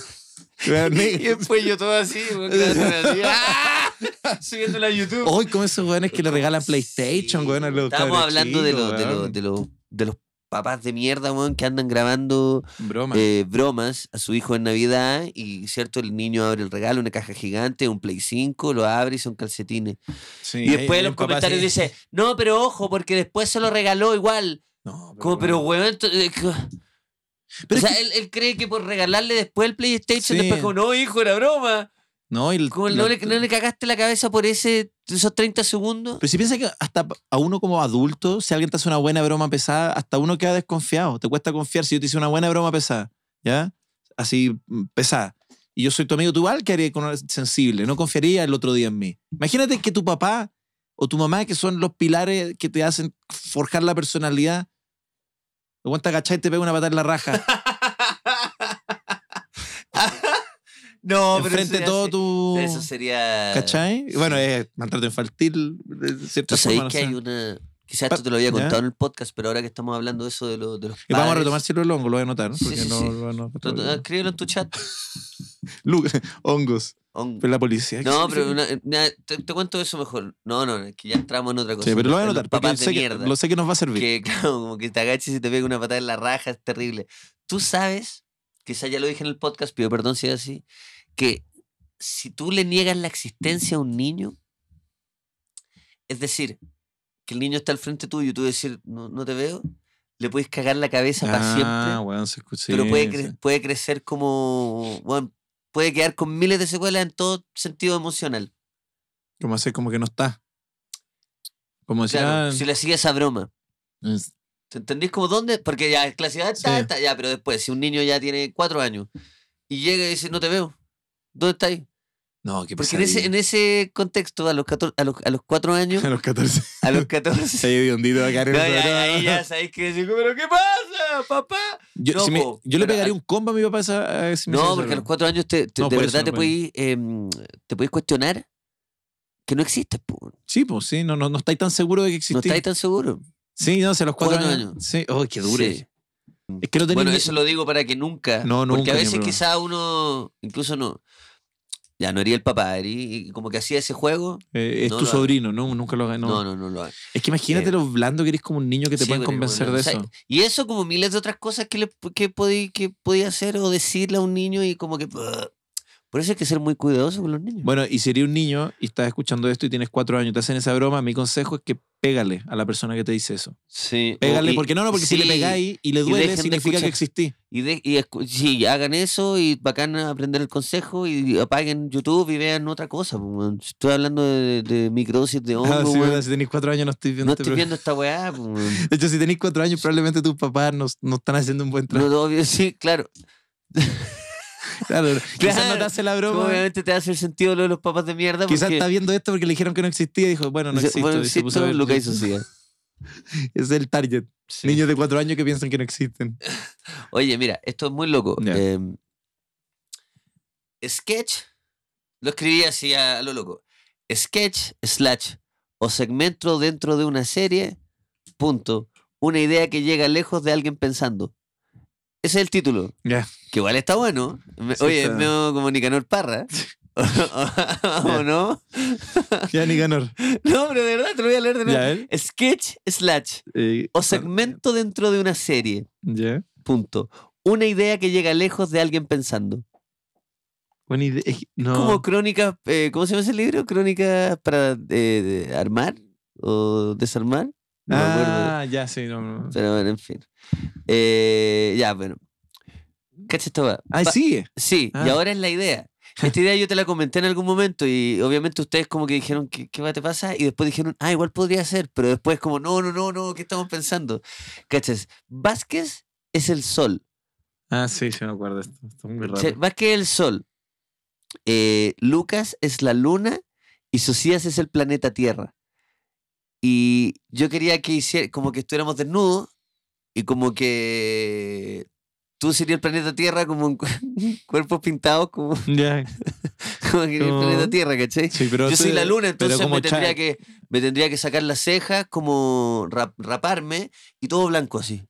B: Weón,
A: Y
B: ne-
A: después yo todo así, weón, claro, todo así, ¡ah! subiéndola a YouTube.
B: Hoy como esos weones Oh, que le regalan PlayStation,
A: Sí,
B: weón, a los
A: Estábamos
B: cabros
A: hablando de,
B: chicos,
A: los- de, los-
B: weón.
A: de los- de los papás de mierda, weón, que andan grabando
B: Broma.
A: eh, bromas a su hijo en Navidad y, ¿cierto? El niño abre el regalo, una caja gigante, un Play 5, lo abre y son calcetines.
B: Sí,
A: Y después
B: hay-
A: en los
B: hay papás
A: comentarios
B: así-
A: dice, no, pero ojo, porque después se lo regaló igual.
B: No,
A: Como, pero weón... tú- eh,
B: Pero
A: o
B: es
A: sea, él, él cree que por regalarle después el PlayStation,
B: Sí.
A: después como, no, hijo, era broma.
B: No, y el-
A: Como,
B: la-
A: no, le, no le cagaste la cabeza por ese, esos 30 segundos.
B: Pero si piensas que hasta a uno como adulto, si alguien te hace una buena broma pesada, hasta uno queda desconfiado. Te cuesta confiar si yo te hice una buena broma pesada, ¿ya? Así mm, pesada. Y yo soy tu amigo, tú igual que haría con sensible, no confiaría el otro día en mí. Imagínate que tu papá o tu mamá, que son los pilares que te hacen forjar la personalidad, aguanta agachar y te pega una patada en la raja.
A: No,
B: Enfrente
A: eso ya
B: todo
A: se-
B: tu.
A: Eso sería.
B: ¿Cachai? Bueno, es maltrato infantil. De cierta
A: Tú sabés
B: forma, no
A: que
B: sé.
A: hay una. Quizás
B: Pa-
A: esto te lo había
B: ¿Ya?
A: contado en el podcast, pero ahora que estamos hablando de eso de, lo- de los.
B: Y vamos a
A: padres-
B: retomar cielo el hongo, lo voy a anotar. ¿no?
A: Sí,
B: Porque
A: sí,
B: no-
A: sí.
B: lo no-
A: Tú- tú- Escríbelo en tu chat.
B: Lu- hongos.
A: On-
B: Pero la policía.
A: No, pero una- una- te, te cuento eso mejor. No, no, es que ya entramos en otra cosa.
B: Sí, pero lo voy a
A: En los
B: anotar. Porque
A: Papás de
B: sé que,
A: mierda.
B: lo sé que nos va a servir.
A: que, claro, como que te agaches y te pegue una patada en la raja, es terrible. Tú sabes, quizá ya lo dije en el podcast, pido perdón si es así, que si tú le niegas la existencia a un niño, es decir, que el niño está al frente tuyo y tú decir, no, no te veo, le puedes cagar la cabeza para
B: Ah,
A: siempre.
B: weón, se escucha.
A: pero
B: sí,
A: puede,
B: sí.
A: cre- puede crecer como. bueno, puede quedar con miles de secuelas en todo sentido emocional.
B: Como hacer como que no está. Como decir,
A: Claro,
B: ah,
A: si le hacía esa broma.
B: es-
A: ¿Te entendís como dónde? Porque ya es clase de edad, ta,
B: Sí.
A: ta, ya, pero después, si un niño ya tiene cuatro años y llega y dice, no te veo, ¿dónde estás?
B: no, qué
A: Porque en ese,
B: pesadilla.
A: en ese contexto, a los, 14 a, los, a los cuatro años,
B: A los 14.
A: a los 14.
B: Se hediondito acá en el
A: No, ya-
B: programa.
A: ahí ya sabéis que decís, pero ¿qué pasa, papá?
B: Yo,
A: No,
B: si me-
A: po,
B: yo le
A: pero-
B: pegaría un combo a mi papá esa, a- si me
A: No,
B: hiciera
A: porque a los
B: eso.
A: cuatro años te, te-
B: No,
A: de
B: por
A: verdad
B: eso,
A: te
B: por
A: podís em, te podís cuestionar que no existes, po.
B: Sí, pues sí, no, no, no estáis tan seguro de que
A: no
B: existís.
A: estáis tan seguro.
B: Sí, no, se los cuatro,
A: Cuatro
B: años.
A: años.
B: Sí, oh, qué duro.
A: Sí.
B: Es que no tenía.
A: Bueno, eso lo digo para que nunca. Porque
B: No, nunca,
A: a
B: ni
A: veces
B: broma.
A: quizá uno, incluso no, ya no haría el papá, haría- y como que hacía ese juego.
B: Eh, es
A: no
B: tu
A: lo-
B: sobrino, ¿no? Nunca lo ganó.
A: No, no, no lo hago.
B: Es que imagínate
A: Eh,
B: lo blando que eres como un niño que te
A: Sí,
B: pueden
A: pero
B: convencer
A: bueno,
B: de
A: o sea,
B: eso.
A: Y eso como miles de otras cosas que, le, que, podí, que podía hacer o decirle a un niño y como que... Por eso hay que ser muy cuidadoso con los niños.
B: Bueno, y si eres un niño y estás escuchando esto y tienes cuatro años y te hacen esa broma, mi consejo es que pégale a la persona que te dice eso.
A: sí.
B: Pégale,
A: O- y-
B: porque no, no, porque si le
A: sí,
B: pegáis y le
A: Y
B: duele,
A: dejen de
B: significa
A: escuchar.
B: que existí.
A: Y, de- y escu- sí, hagan eso y bacán aprender el consejo y apaguen YouTube y vean otra cosa. po, weón. Estoy hablando de, de microdosis de hongo,
B: Ah, sí,
A: weón.
B: verdad, si tenéis cuatro años no estoy viendo
A: No
B: este
A: estoy
B: programa.
A: viendo esta weá. po, weón.
B: De hecho, si tenéis cuatro años, probablemente tus papás no, no están haciendo un buen
A: No,
B: trabajo.
A: obvio, sí, claro.
B: Claro, quizás no
A: Claro.
B: te hace la broma.
A: Obviamente te hace el sentido lo de los papás de mierda.
B: Quizás
A: porque,
B: está viendo esto porque le dijeron que no existía y dijo, bueno, no
A: dice,
B: existe.
A: bueno,
B: y se
A: existo,
B: puso a ver-
A: lo que hizo sí.
B: Es el target.
A: Sí.
B: Niños de cuatro años que piensan que no existen.
A: Oye, mira, esto es muy loco.
B: Ya.
A: Em, sketch, lo escribí así a lo loco. Sketch, slash, o segmento dentro de una serie, punto. Una idea que llega lejos de alguien pensando. Ese es el título.
B: Ya.
A: Que igual está bueno. Me-
B: Sí,
A: Oye,
B: está.
A: es medio como Nicanor Parra. ¿O no?
B: Ya, Nicanor.
A: No, pero de verdad te lo voy a leer de nuevo.
B: Ya, eh. él.
A: Sketch, slash,
B: Eh,
A: o segmento dentro de una serie,
B: Ya.
A: punto. Una idea que llega lejos de alguien pensando.
B: Buena idea. Es que- No.
A: como crónicas, eh, ¿cómo se llama ese libro? Crónicas para eh, de- armar o desarmar. No me acuerdo.
B: ah, ya, sí. No, no.
A: Pero bueno, en fin. Eh, ya, bueno. Cacha esto va.
B: Ah, sigue.
A: Sí, y
B: Ah.
A: ahora es la idea. Esta idea yo te la comenté en algún momento y obviamente ustedes como que dijeron, ¿qué, qué va te pasa? Y después dijeron, ah, igual podría ser, pero después como, no, no, no, no, ¿qué estamos pensando? ¿Cachas? Vázquez es el sol.
B: Ah, sí, sí, me acuerdo. Esto, esto es muy raro.
A: Se- Vázquez es el sol. Eh, Lucas es la luna y Socias es el planeta Tierra. Y yo quería que hiciera, como que estuviéramos desnudos y como que tú serías el planeta Tierra como un cu- cuerpos pintados como,
B: Ya.
A: como que el
B: Como-
A: planeta Tierra, ¿cachai?
B: Sí, pero
A: Yo
B: tú-
A: soy la luna,
B: pero
A: entonces
B: como
A: me tendría,
B: Chad.
A: que, me tendría que sacar las cejas, como rap- raparme y todo blanco así.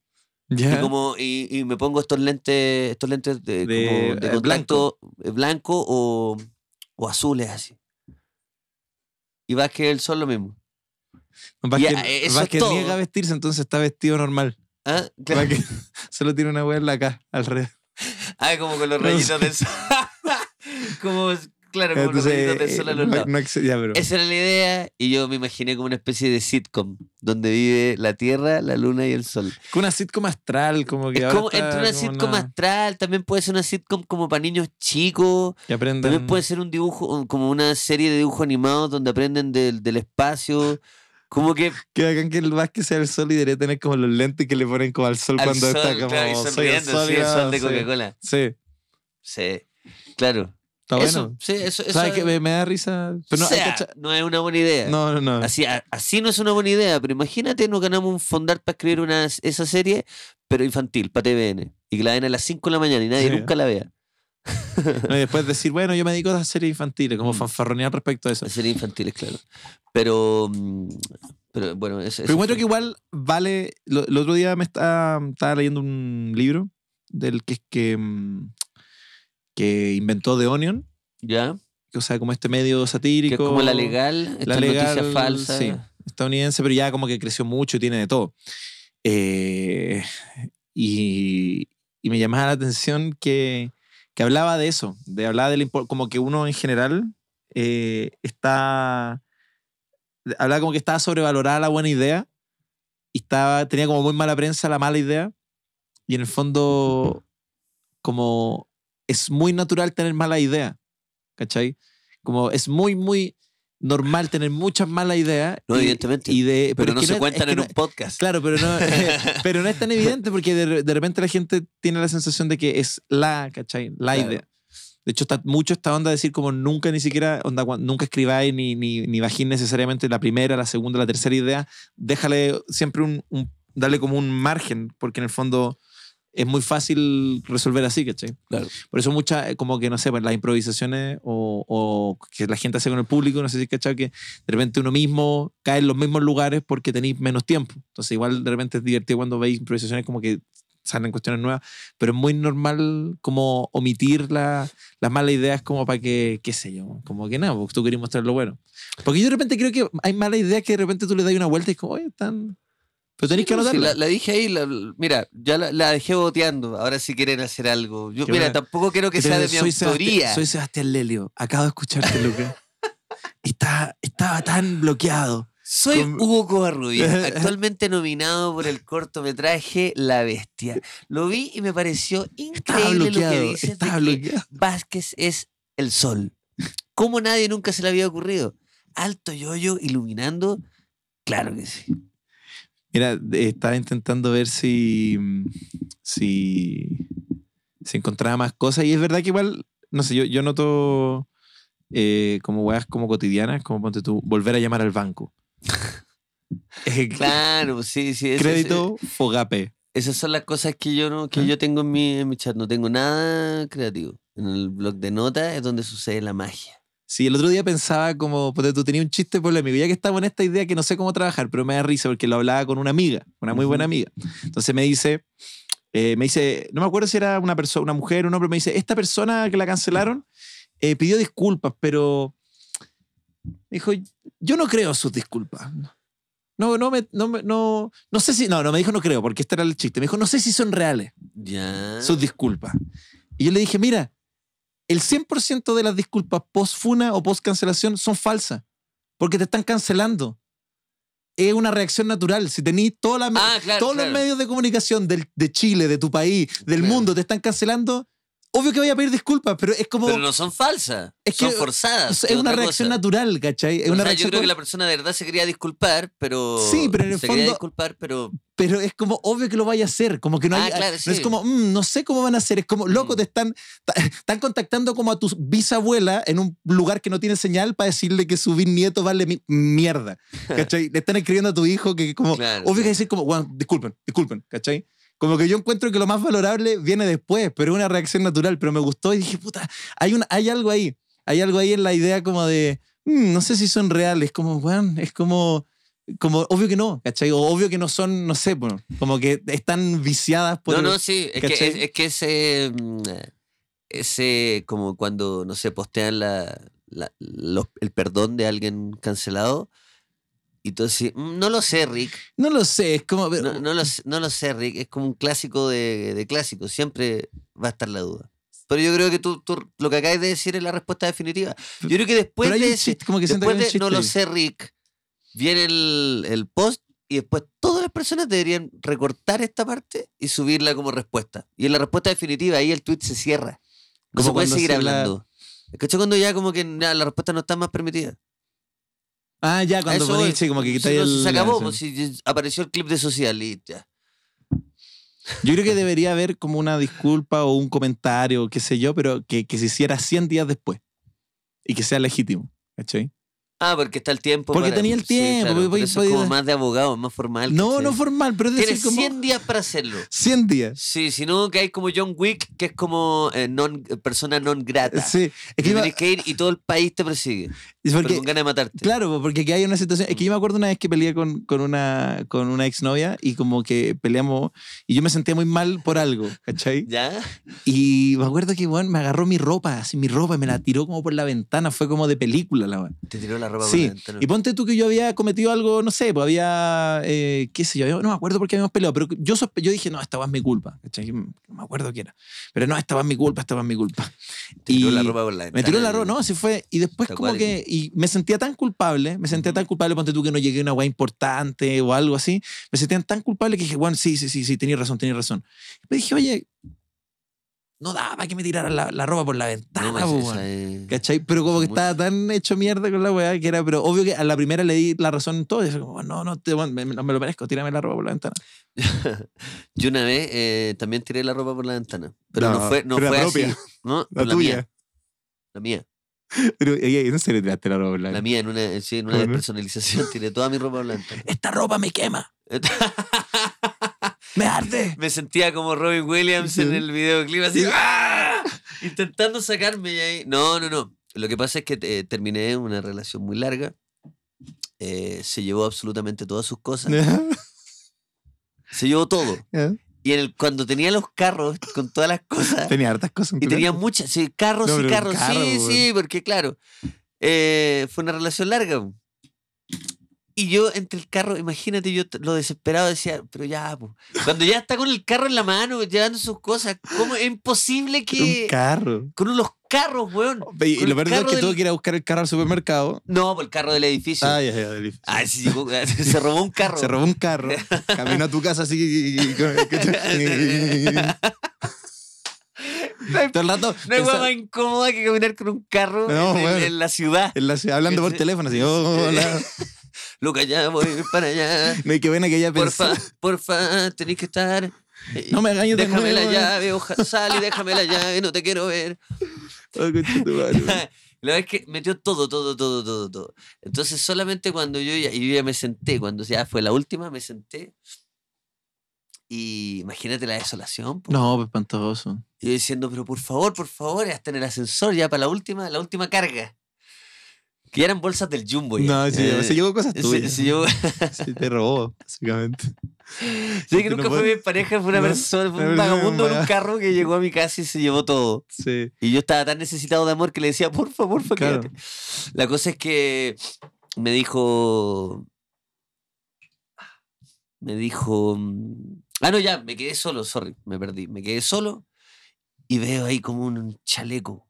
B: Ya.
A: Y, como, y, y me pongo estos lentes, estos lentes de,
B: De-
A: como de
B: eh,
A: contacto eh, blanco, o, o azules así. Y vas que el sol lo mismo.
B: Vázquez,
A: Ya, eh, eso es
B: Vázquez
A: todo.
B: niega vestirse, entonces está vestido normal.
A: ¿Ah? Claro.
B: Vázquez solo tiene una hueá en la cara, al revés.
A: Ah, como con los
B: No
A: rayitos
B: sé.
A: del sol. como, claro, como los rayitos del
B: eh,
A: sol a
B: no,
A: los lados.
B: no ex- ya, pero.
A: Esa era la idea y yo me imaginé como una especie de sitcom donde vive la tierra, la luna y el sol.
B: Con una sitcom astral, como que
A: Es
B: ahora
A: como
B: está
A: entre una
B: como
A: sitcom
B: una-
A: astral, también puede ser una sitcom como para niños chicos,
B: que aprendan-
A: También puede ser un dibujo, un- como una serie de dibujos animados donde aprenden del, del espacio. Como que
B: Que hagan que el Vázquez sea el sol y debería tener como los lentes que le ponen como al sol
A: al
B: cuando
A: sol,
B: está como.
A: claro, y
B: soy el
A: sonriendo,
B: sol,
A: sí, el
B: ya,
A: sol de
B: sí.
A: Coca-Cola.
B: Sí,
A: Sí, claro.
B: está
A: eso,
B: bueno.
A: sí, eso, eso
B: ¿Sabes que me, me da risa? Pero no,
A: o
B: hay
A: sea,
B: cacha-
A: no es una buena idea.
B: no, no, no.
A: Así, a- así no es una buena idea, pero imagínate, nos ganamos un fondar para escribir una, esa serie, pero infantil, para TVN. Y que la den a las 5 de la mañana y nadie
B: Sí.
A: nunca la vea.
B: No, y después decir, bueno, yo me dedico a las series infantiles,
A: Mm.
B: como fanfarronear respecto a eso.
A: Las series infantiles, claro. Pero, mm, pero bueno, es,
B: Pero encuentro que igual vale. lo- el otro día me está, estaba leyendo un libro del que es que, mm, que inventó The Onion,
A: ¿Ya?
B: o sea, como este medio
A: Que
B: satírico.
A: es como la legal, esta
B: la legal,
A: noticia falsa.
B: sí, estadounidense, pero ya como que creció mucho y tiene de todo. Eh, y, y me llamaba la atención que, que hablaba de eso, de hablar del impo- como que uno en general eh, está hablaba como que estaba sobrevalorada la buena idea y estaba, tenía como muy mala prensa la mala idea. Y en el fondo, como es muy natural tener mala idea, ¿cachai? Como es muy, muy normal tener muchas malas ideas.
A: No,
B: y-
A: evidentemente.
B: y de-
A: pero
B: es
A: no
B: que
A: se
B: es
A: cuentan
B: que
A: en
B: no-
A: un podcast.
B: Claro, pero no, eh, pero no es tan evidente porque de, de repente la gente tiene la sensación de que es la, ¿cachai? La
A: Claro.
B: idea. De hecho, está mucho esta onda de decir como nunca ni siquiera, onda, cuan- nunca escribáis ni, ni, ni bajín necesariamente la primera, la segunda, la tercera idea. Déjale siempre un, un- darle como un margen porque en el fondo es muy fácil resolver así, ¿cachai?
A: Claro.
B: Por eso muchas, eh, como que no sé, pues, las improvisaciones o, o que la gente hace con el público, no sé si cachado que de repente uno mismo cae en los mismos lugares porque tenéis menos tiempo. Entonces igual de repente es divertido cuando veis improvisaciones como que salen cuestiones nuevas, pero es muy normal como omitir la- las malas ideas como para que, qué sé yo, como que nada, porque tú querías mostrar lo bueno. Porque yo de repente creo que hay malas ideas que de repente tú le das una vuelta y es como, oye, están... Pero tenéis que
A: Sí, no, sí, la,
B: anotarla.
A: la dije ahí, la- la- mira, ya la, la dejé boteando. Ahora si quieren hacer algo. Yo,
B: Qué
A: mira,
B: buena.
A: tampoco quiero que sea de mi
B: Soy
A: autoría.
B: Sebastián, soy Sebastián Lelio. Acabo de escucharte, Luca. Está, estaba tan bloqueado.
A: Soy
B: Con-
A: Hugo Covarrubias, actualmente nominado por el cortometraje La Bestia. Lo vi y me pareció
B: Estaba
A: increíble lo que
B: bloqueado.
A: dices de
B: Estaba
A: que
B: bloqueado.
A: Vázquez es el sol. Como nadie nunca se le había ocurrido. Alto yoyo iluminando. Claro que sí.
B: Mira, de- estaba intentando ver si. mm, si. si encontraba más cosas. Y es verdad que igual, no sé, yo, yo noto eh, como weas como cotidianas, como ponte tú, volver a llamar al banco. Eh,
A: Claro, sí, sí. ese-
B: Crédito, Ah. Fogape.
A: Esas son las cosas que yo no, que yo tengo en mi, en mi chat. No tengo nada creativo. En el blog de notas es donde sucede la magia.
B: Sí, el otro día pensaba como, ponte tú tenía un chiste polémico, ya que estamos en esta idea que no sé cómo trabajar, pero me da risa porque lo hablaba con una amiga, una muy buena amiga. Entonces me dice, eh, me dice, no me acuerdo si era una persona, una mujer, un hombre, me dice, esta persona que la cancelaron eh, pidió disculpas, pero me dijo, yo no creo sus disculpas. No, no, me, no, me- no, no sé si, no, no me dijo no creo, porque este era el chiste. Me dijo, no sé si son reales
A: Ya.
B: sus disculpas. Y yo le dije, mira, el 100% de las disculpas post-funa o post-cancelación son falsas, porque te están cancelando. Es una reacción natural. Si tenís toda la me-
A: Ah, claro,
B: todos
A: claro.
B: los medios de comunicación del- de Chile, de tu país, del
A: Claro.
B: mundo, te están cancelando, obvio que vaya a pedir disculpas, pero es como...
A: Pero no son falsas.
B: Es que-
A: son forzadas.
B: es una reacción
A: natural.
B: natural, ¿cachai? Es
A: O sea,
B: una
A: yo
B: reacción
A: creo que
B: con-
A: la persona de verdad se quería disculpar, pero.
B: Sí, pero en el
A: se quería
B: fondo-
A: disculpar, pero.
B: pero es como obvio que lo vaya a hacer, como que no
A: Ah,
B: hay,
A: claro,
B: no
A: sí.
B: es como, "Mm, no sé cómo van a hacer, es como, loco,
A: Mm.
B: te están, ta- están contactando como a tu bisabuela en un lugar que no tiene señal para decirle que su bisnieto vale mi- mierda, ¿cachai? Le están escribiendo a tu hijo que como,
A: Claro,
B: obvio
A: claro.
B: que decir como, "Bueno, disculpen, disculpen, ¿cachai? Como que yo encuentro que lo más valorable viene después, pero es una reacción natural, pero me gustó y dije, puta, hay, un, hay algo ahí, hay algo ahí en la idea como de, "Mm, no sé si son reales, como, weón, es como como obvio que no, ¿cachai? O obvio que no son, no sé, bueno, como que están viciadas por...
A: no, no, sí. Es que,
B: ¿cachai?
A: es, es que ese. mm, Ese. Como cuando, no sé, postean la, la- los- el perdón de alguien cancelado. Y entonces, "Mm, no lo sé, Rick.
B: No lo sé, es como...
A: No, no lo, sé- no lo sé, Rick. Es como un clásico de, de clásicos. Siempre va a estar la duda. Pero yo creo que tú, tú lo que acabas de decir es la respuesta definitiva. Yo creo que después
B: pero hay
A: de
B: un
A: ese-
B: chiste, como que siento que
A: Después
B: hay un
A: de
B: chiste
A: No lo
B: ahí.
A: sé, Rick, viene el, el post y después todas las personas deberían recortar esta parte y subirla como respuesta. Y en la respuesta definitiva, ahí el tweet se cierra. No
B: Como
A: se puede
B: cuando
A: seguir
B: se la-
A: hablando. ¿Cachai? Cuando ya como que ya, la respuesta no está más permitida.
B: Ah, ya, cuando
A: Eso
B: ponéis,
A: es.
B: sí, como que
A: Si
B: quitáis
A: no,
B: el...
A: se acabó,
B: sí.
A: pues, si apareció el clip de social y ya.
B: Yo creo que debería haber como una disculpa o un comentario, qué sé yo, pero que, que se hiciera 100 días después y que sea legítimo, ¿cachai?
A: Ah, porque está el tiempo.
B: Porque
A: para-
B: tenía el
A: sí,
B: tiempo,
A: claro,
B: voy-
A: pero
B: voy-
A: eso
B: voy-
A: es como más de abogado, más formal.
B: No,
A: ¿cachai?
B: no formal, pero es decir,
A: Tienes
B: como...
A: 100 días para hacerlo.
B: 100 días.
A: Sí, si no, que hay como John Wick, que es como eh, non- persona non grata.
B: Sí, es que
A: Y
B: iba-
A: tenés que ir y todo el país te persigue.
B: es
A: pero
B: porque
A: con ganas de matarte.
B: Claro, porque aquí hay una situación.
A: Mm.
B: Es que yo me acuerdo una vez que peleé con, con una, con una exnovia y como que peleamos y yo me sentía muy mal por algo, ¿cachai?
A: ¿Ya?
B: Y me acuerdo que, weón, me agarró mi ropa, así mi ropa, y me la tiró como por la ventana, fue como de película la weón.
A: Te tiró la ropa
B: Sí,
A: contenta, ¿no?
B: y ponte tú que yo había cometido algo, no sé, pues había, eh, qué sé yo, yo no me acuerdo por qué habíamos peleado, pero yo, sospe- yo dije, no, esta va es mi culpa, ¿cachai? No me acuerdo quién era, pero no, esta va es mi culpa, esta va es mi culpa.
A: Te tiró
B: Y-
A: la ropa por la
B: me
A: ventana.
B: tiró la ropa, no, se fue. Y después
A: Está
B: como que...
A: cuático.
B: Y me sentía tan culpable, me sentía tan culpable, ponte tú que no llegué a una weá importante o algo así. Me sentía tan culpable que dije, bueno, sí, sí, sí, sí, tenías razón, tenías razón. Pero dije, oye, no daba que me tirara la, la ropa por la ventana,
A: No, pues,
B: po,
A: esa
B: weón.
A: es-
B: ¿Cachai? Pero como que
A: Muy-
B: estaba tan hecho mierda con la weá que era, pero obvio que a la primera le di la razón en todo. Y fue como, no, no, te, me, me- no me lo merezco, tírame la ropa por la ventana.
A: Yo una vez eh, también tiré la ropa por la ventana. Pero no,
B: No,
A: fue, no
B: pero la
A: fue
B: propia.
A: así. No,
B: La
A: la,
B: tuya.
A: mía. La mía.
B: Pero, oye, ¿en serio tiraste la ropa por la
A: La
B: ventana?
A: mía en una, sí, en una
B: Bueno.
A: personalización tiré toda mi ropa por la ventana.
B: Esta ropa me quema, me arde.
A: Me sentía como Robin Williams en
B: Sí.
A: el videoclip, así ¡ah! intentando sacarme. Y ahí. No, no, no. Lo que pasa es que eh, terminé una relación muy larga. Eh, se llevó absolutamente todas sus cosas. Se llevó todo. Y en el- cuando tenía los carros con todas las cosas,
B: Tenía hartas cosas. en
A: y
B: tu
A: tenía
B: casa.
A: muchas, sí, carros
B: No,
A: y
B: pero un
A: carros,
B: carro,
A: sí,
B: weón.
A: sí, porque claro, eh, fue una relación larga. Y yo entre el carro, imagínate, yo t- lo desesperado decía, pero ya, po". cuando ya está con el carro en la mano, llevando sus cosas, ¿cómo es imposible
B: Un Oh.
A: que...
B: carro.
A: Con unos carros, weón.
B: Y, y
A: Con
B: lo
A: el
B: peor
A: carro
B: de todo es que tuvo
A: del-
B: que ir a buscar el carro al supermercado.
A: No, por el carro del edificio.
B: Ah, ya, ya, del-
A: Ah, sí, llegó- se robó un carro.
B: Se robó un carro, caminó a tu casa así. y- y- y- Todo el
A: No
B: rato
A: hay hueá
B: pensaba-
A: más incómoda que caminar con un carro
B: No,
A: en, el-
B: weón.
A: en la ciudad.
B: en la ciudad, hablando por
A: Sí.
B: teléfono, así, "Oh, hola.
A: Luca, ya voy para allá.
B: No hay que buena que ella pensó.
A: Porfa, porfa, tenés que estar. Eh,
B: No me hagas daño de
A: Déjame la
B: nuevo.
A: llave, oja- sal y déjame la llave, no te quiero ver.
B: Oh, concha tu madre.
A: La verdad es que metió todo, todo, todo, todo, todo. Entonces, solamente cuando yo ya, y yo ya me senté, cuando ya fue la última, me senté. Y imagínate la desolación. po.
B: No, pues, espantoso.
A: Y yo diciendo, pero por favor, por favor, hasta en el ascensor, ya para la última, la última carga. Que ya eran bolsas del jumbo. ya.
B: No, sí,
A: Eh,
B: se llevó cosas
A: se-
B: tuyas.
A: se llevó-
B: Sí, te robó, básicamente.
A: Sí,
B: que
A: que
B: no
A: nunca fue
B: puede-
A: mi pareja, fue una
B: no,
A: persona, fue
B: una
A: un
B: persona,
A: vagabundo en
B: vaga-
A: un carro que llegó a mi casa y se llevó todo.
B: Sí.
A: Y yo estaba tan necesitado de amor que le decía, por favor, porfa,
B: Claro.
A: quédate. La cosa es que me dijo. Me dijo. mm, Ah, no, ya, me quedé solo, sorry, me perdí. Me quedé solo y veo ahí como un chaleco.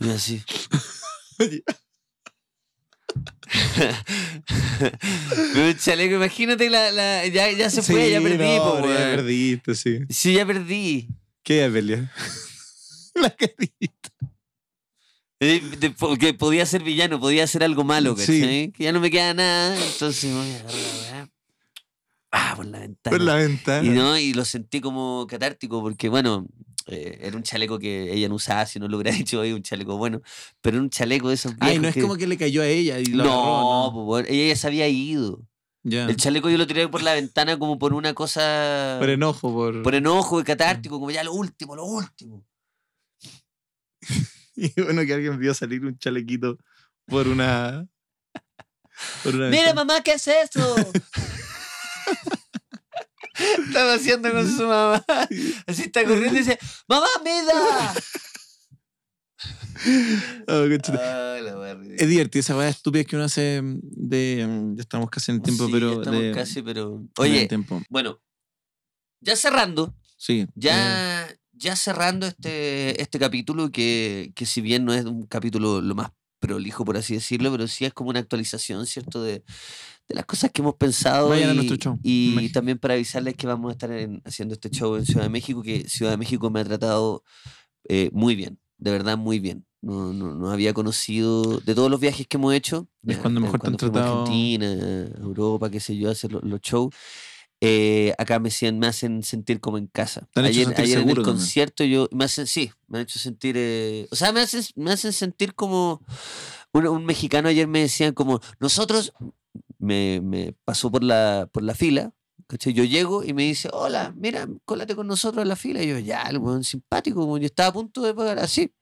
A: Y yo así. Veo un chaleco, imagínate, la, la- ya, ya se fue,
B: Sí,
A: ya perdí,
B: no,
A: po,
B: pero Ya pues,
A: weón.
B: perdiste, sí.
A: Sí, ya perdí.
B: ¿Qué ya pelear? La carita.
A: Eh, de- Porque podía ser villano, podía hacer algo malo,
B: Sí.
A: ¿cachai? Que ya no me queda nada, entonces voy a agarrar la weá. Ah, por la ventana.
B: Por la
A: y,
B: ventana.
A: no, y lo sentí como catártico, porque bueno, eh, era un chaleco que ella no usaba, si no lo hubiera hecho hoy, un chaleco bueno, pero era un chaleco de esos viejos
B: Ay, no es como que le cayó a ella y lo
A: no,
B: agarró, ¿no? Ah.
A: pues, bueno, ella ya se había ido.
B: Ya.
A: El chaleco yo lo tiré por la ventana como por una cosa...
B: Por enojo, por.
A: por enojo y catártico, como ya lo último, lo último.
B: Y bueno, que alguien vio salir un chalequito por una. Por una
A: Mira,
B: ventana.
A: mamá, ¿qué es eso? Estaba haciendo con su mamá. Así está corriendo y dice, ¡Mamá, me da!
B: Oh, qué chuta.
A: Ah, la wea ridícula.
B: Es divertido, esa weá estúpida que uno hace de. mm, Ya estamos casi en el tiempo,
A: Sí, ya
B: pero.
A: estamos
B: de-
A: casi, pero...
B: en el
A: Oye,
B: tiempo.
A: bueno, ya cerrando,
B: Sí. eh,
A: ya, ya cerrando este, este capítulo, que, que si bien no es un capítulo lo más prolijo, por así decirlo, pero sí es como una actualización, ¿cierto? De, de las cosas que hemos pensado.
B: Vayan a
A: y,
B: nuestro show,
A: y
B: en México.
A: también para avisarles que vamos a estar en- haciendo este show en Ciudad de México, que Ciudad de México me ha tratado eh, muy bien, de verdad muy bien. No, no, no había conocido de todos los viajes que hemos hecho.
B: Es
A: ya,
B: cuando mejor te han
A: fuimos a
B: tratado.
A: Argentina, a Europa, qué sé yo, a hacer lo- los, shows. eh, acá me, hacían- me hacen sentir como en casa.
B: Te han hecho
A: ayer
B: sentir
A: ayer en el
B: seguro también.
A: concierto yo me hacen, sí, me han hecho sentir, eh, o sea, me hacen, me hacen sentir como un, un mexicano ayer me decían como, nosotros, me, me pasó por la, por la fila, ¿cachai? Yo llego y me dice, hola, mira, cólate con nosotros a la fila. Y yo, ya, el weón simpático, weón, yo estaba a punto de pagar así.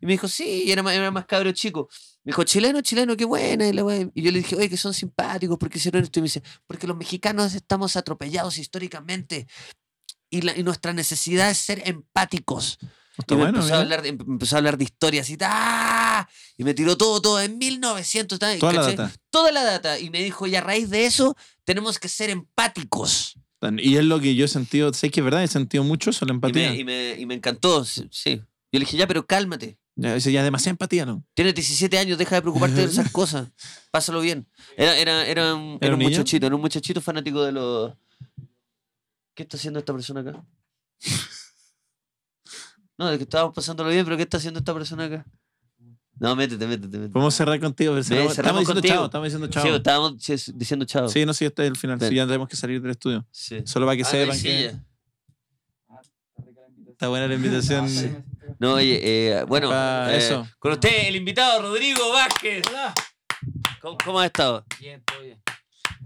A: Y me dijo, sí, y era más, era más cabro chico. Me dijo, chileno, chileno, qué buena. Y, la weá. Y yo le dije, oye, que son simpáticos, porque hicieron esto? Y me dice, porque los mexicanos estamos atropellados históricamente. Y, la- y nuestra necesidad es ser empáticos.
B: Está
A: Y me
B: bueno,
A: empezó, a
B: mira.
A: hablar, de- em- empezó a hablar de historias y tal. ¡pa! Y me tiró todo, todo, en 1900. ¿tá?
B: Toda la
A: ¿cachai?
B: data.
A: Toda la data. Y me dijo, y a raíz de eso, tenemos que ser empáticos.
B: Y es lo que yo he sentido, sé que es verdad, he sentido mucho eso, la
A: Y me,
B: empatía.
A: y me- y me encantó, sí. sí. Yo le dije, ya, pero cálmate.
B: Ya, dice, ya demasiada empatía, ¿no?
A: Tienes 17 años, deja de preocuparte de esas cosas. Pásalo bien. Era, era, era un, era
B: ¿Era
A: un
B: un niño?
A: muchachito, era un muchachito fanático de los. ¿Qué está haciendo esta persona acá? No, de que estábamos pasándolo bien, pero ¿qué está haciendo esta persona acá? No, métete, métete, métete.
B: Podemos cerrar contigo. pero cerramos-
A: cerramos
B: estamos diciendo
A: contigo.
B: chao, estamos diciendo chao.
A: Sí, estábamos sí, diciendo chao.
B: Sí, no sé, este es el final.
A: Ven.
B: Sí, ya tenemos que salir del estudio.
A: Sí.
B: Solo para que
A: Ah,
B: sepan
A: sí,
B: que
A: ya.
B: está buena la
H: Ah,
B: invitación.
A: No, oye, eh, bueno,
B: Ah,
A: eh,
B: eso.
A: con usted el invitado Rodrigo Vázquez. ¿Cómo, cómo ha estado?
H: Bien, todo bien.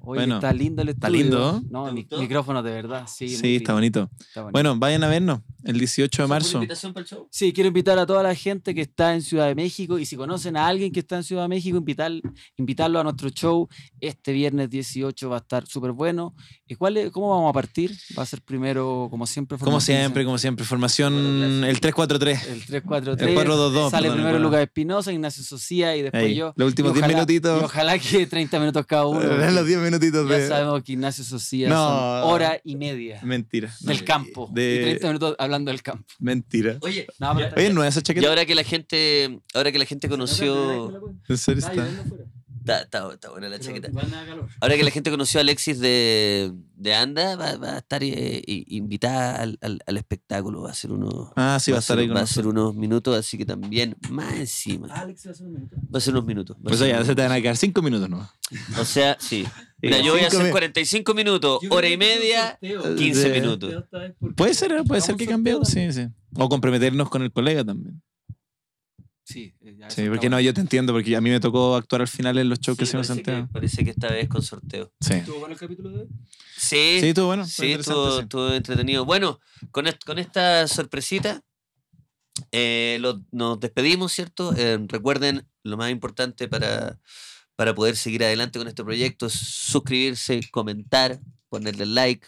H: Oye,
B: Bueno,
H: está lindo el
B: está
H: estudio.
B: lindo, ¿eh?
H: No,
A: ¿Te
H: mi-
A: gustó?
H: micrófono de verdad, sí. muy
B: Sí, está
H: lindo,
B: bonito.
H: está bonito.
B: Bueno, vayan a vernos el 18 de marzo.
A: invitación para el show?
H: Sí, quiero invitar a toda la gente que está en Ciudad de México y si conocen a alguien que está en Ciudad de México, invitar, invitarlo a nuestro show. Este viernes 18 va a estar súper bueno. ¿Y cuál es- ¿Cómo vamos a partir? Va a ser primero, como siempre.
B: Como
H: formación
B: siempre, como siempre. Formación el 343.
H: El 343.
B: El 4-2-2,
H: Sale
B: perdón,
H: primero
B: el 4-2-2.
H: Lucas Espinosa, Ignacio Socia y después
B: Ahí,
H: yo.
B: los últimos
H: Y
B: 10
H: ojalá-
B: minutitos.
H: y ojalá que 30 minutos cada uno. porque
B: Los 10 minutitos
H: Ya
B: de.
H: sabemos que Ignacio Socia
B: No.
H: son hora y media
B: Mentira. no,
H: del campo.
B: de-
H: Y 30 minutos hablando del campo.
B: Mentira.
A: Oye,
H: No, pero está-
B: Oye, no, esa
A: y
B: chaqueta.
A: ahora que la gente, ahora que la gente conoció
B: En serio está.
A: Está, está- está buena la chaqueta.
H: Van a calor.
A: Ahora que la gente conoció a Alexis de, de Anda, va, va a estar eh, i- invitada al, al- al espectáculo. Va a ser unos.
B: Ah, sí, va a estar
A: ser-
B: ahí con
A: va a ser
B: nosotros. Ah,
A: unos minutos, así que también, más encima. Alexis va a ser unos minutos. Va a
B: Pues
A: ser
B: ya,
A: unos
B: se te
A: minutos.
B: van a quedar 5 minutos nomás.
A: O sea, sí. Mira, yo voy a
B: Cinco
A: hacer
B: mi-
A: 45 minutos, hora y media, 15
B: De-
A: minutos.
B: Puede ser, ¿eh? puede ser que cambiemos. Sí, sí. O comprometernos con el colega también.
H: Sí, eh, ya
B: Sí,
H: eso
B: porque
H: está
B: no, yo te entiendo, porque a mí me tocó actuar al final en los shows que
A: Sí,
B: hicimos en
A: parece, que,
B: Santiago.
A: parece que esta vez con sorteo.
B: Sí.
A: Sí,
B: Sí, estuvo bueno.
A: Sí, estuvo,
B: estuvo Ah, interesante,
A: estuvo entretenido. Bueno, con, est- con esta sorpresita eh, lo- nos despedimos, ¿cierto? Eh, recuerden, lo más importante para, para poder seguir adelante con este proyecto es suscribirse, comentar, ponerle like,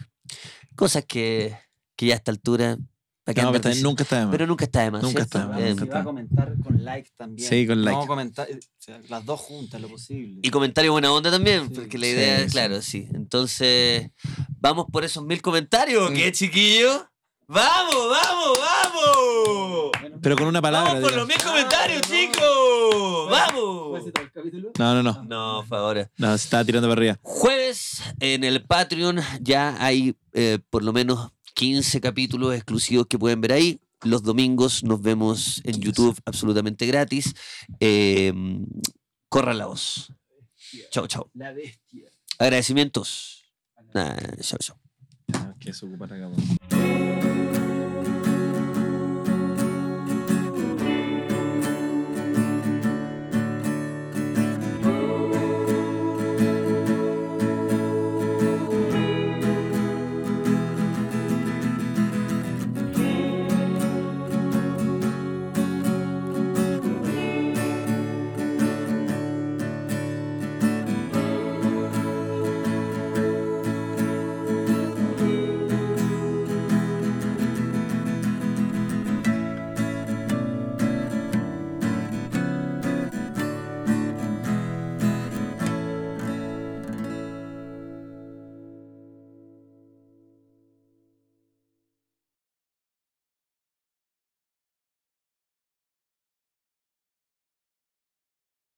A: cosas que, que ya a esta altura... ¿para
B: sí.
A: qué
B: No, pero
A: andar
B: está-
A: diciendo?
B: nunca está de más.
A: Pero nunca está de más.
B: Nunca
A: ¿cierto?
B: está de más,
A: Eh,
B: nunca
H: Si va a comentar con like también.
B: Sí, con like.
H: Vamos a comentar eh, o sea, las dos juntas, lo posible.
A: Y comentario buena onda también,
H: Sí.
A: porque la
B: Sí,
A: idea,
B: sí.
A: claro, sí. Entonces, vamos por esos mil comentarios,
B: Mm.
A: ¿qué, chiquillo? ¡Vamos, vamos, vamos!
B: Pero con una palabra.
A: ¡Vamos por
B: diga.
A: los mil comentarios, chicos! ¡Vamos!
B: No, no, no.
A: No, por favor.
B: No, se estaba tirando para arriba.
A: Jueves en el Patreon ya hay eh, por lo menos 15 capítulos exclusivos que pueden ver ahí. Los domingos nos vemos en YouTube absolutamente gratis. Eh, corran la voz. Chao, chao.
H: La bestia.
A: Agradecimientos. Nah, chao, chao.
B: que se acá.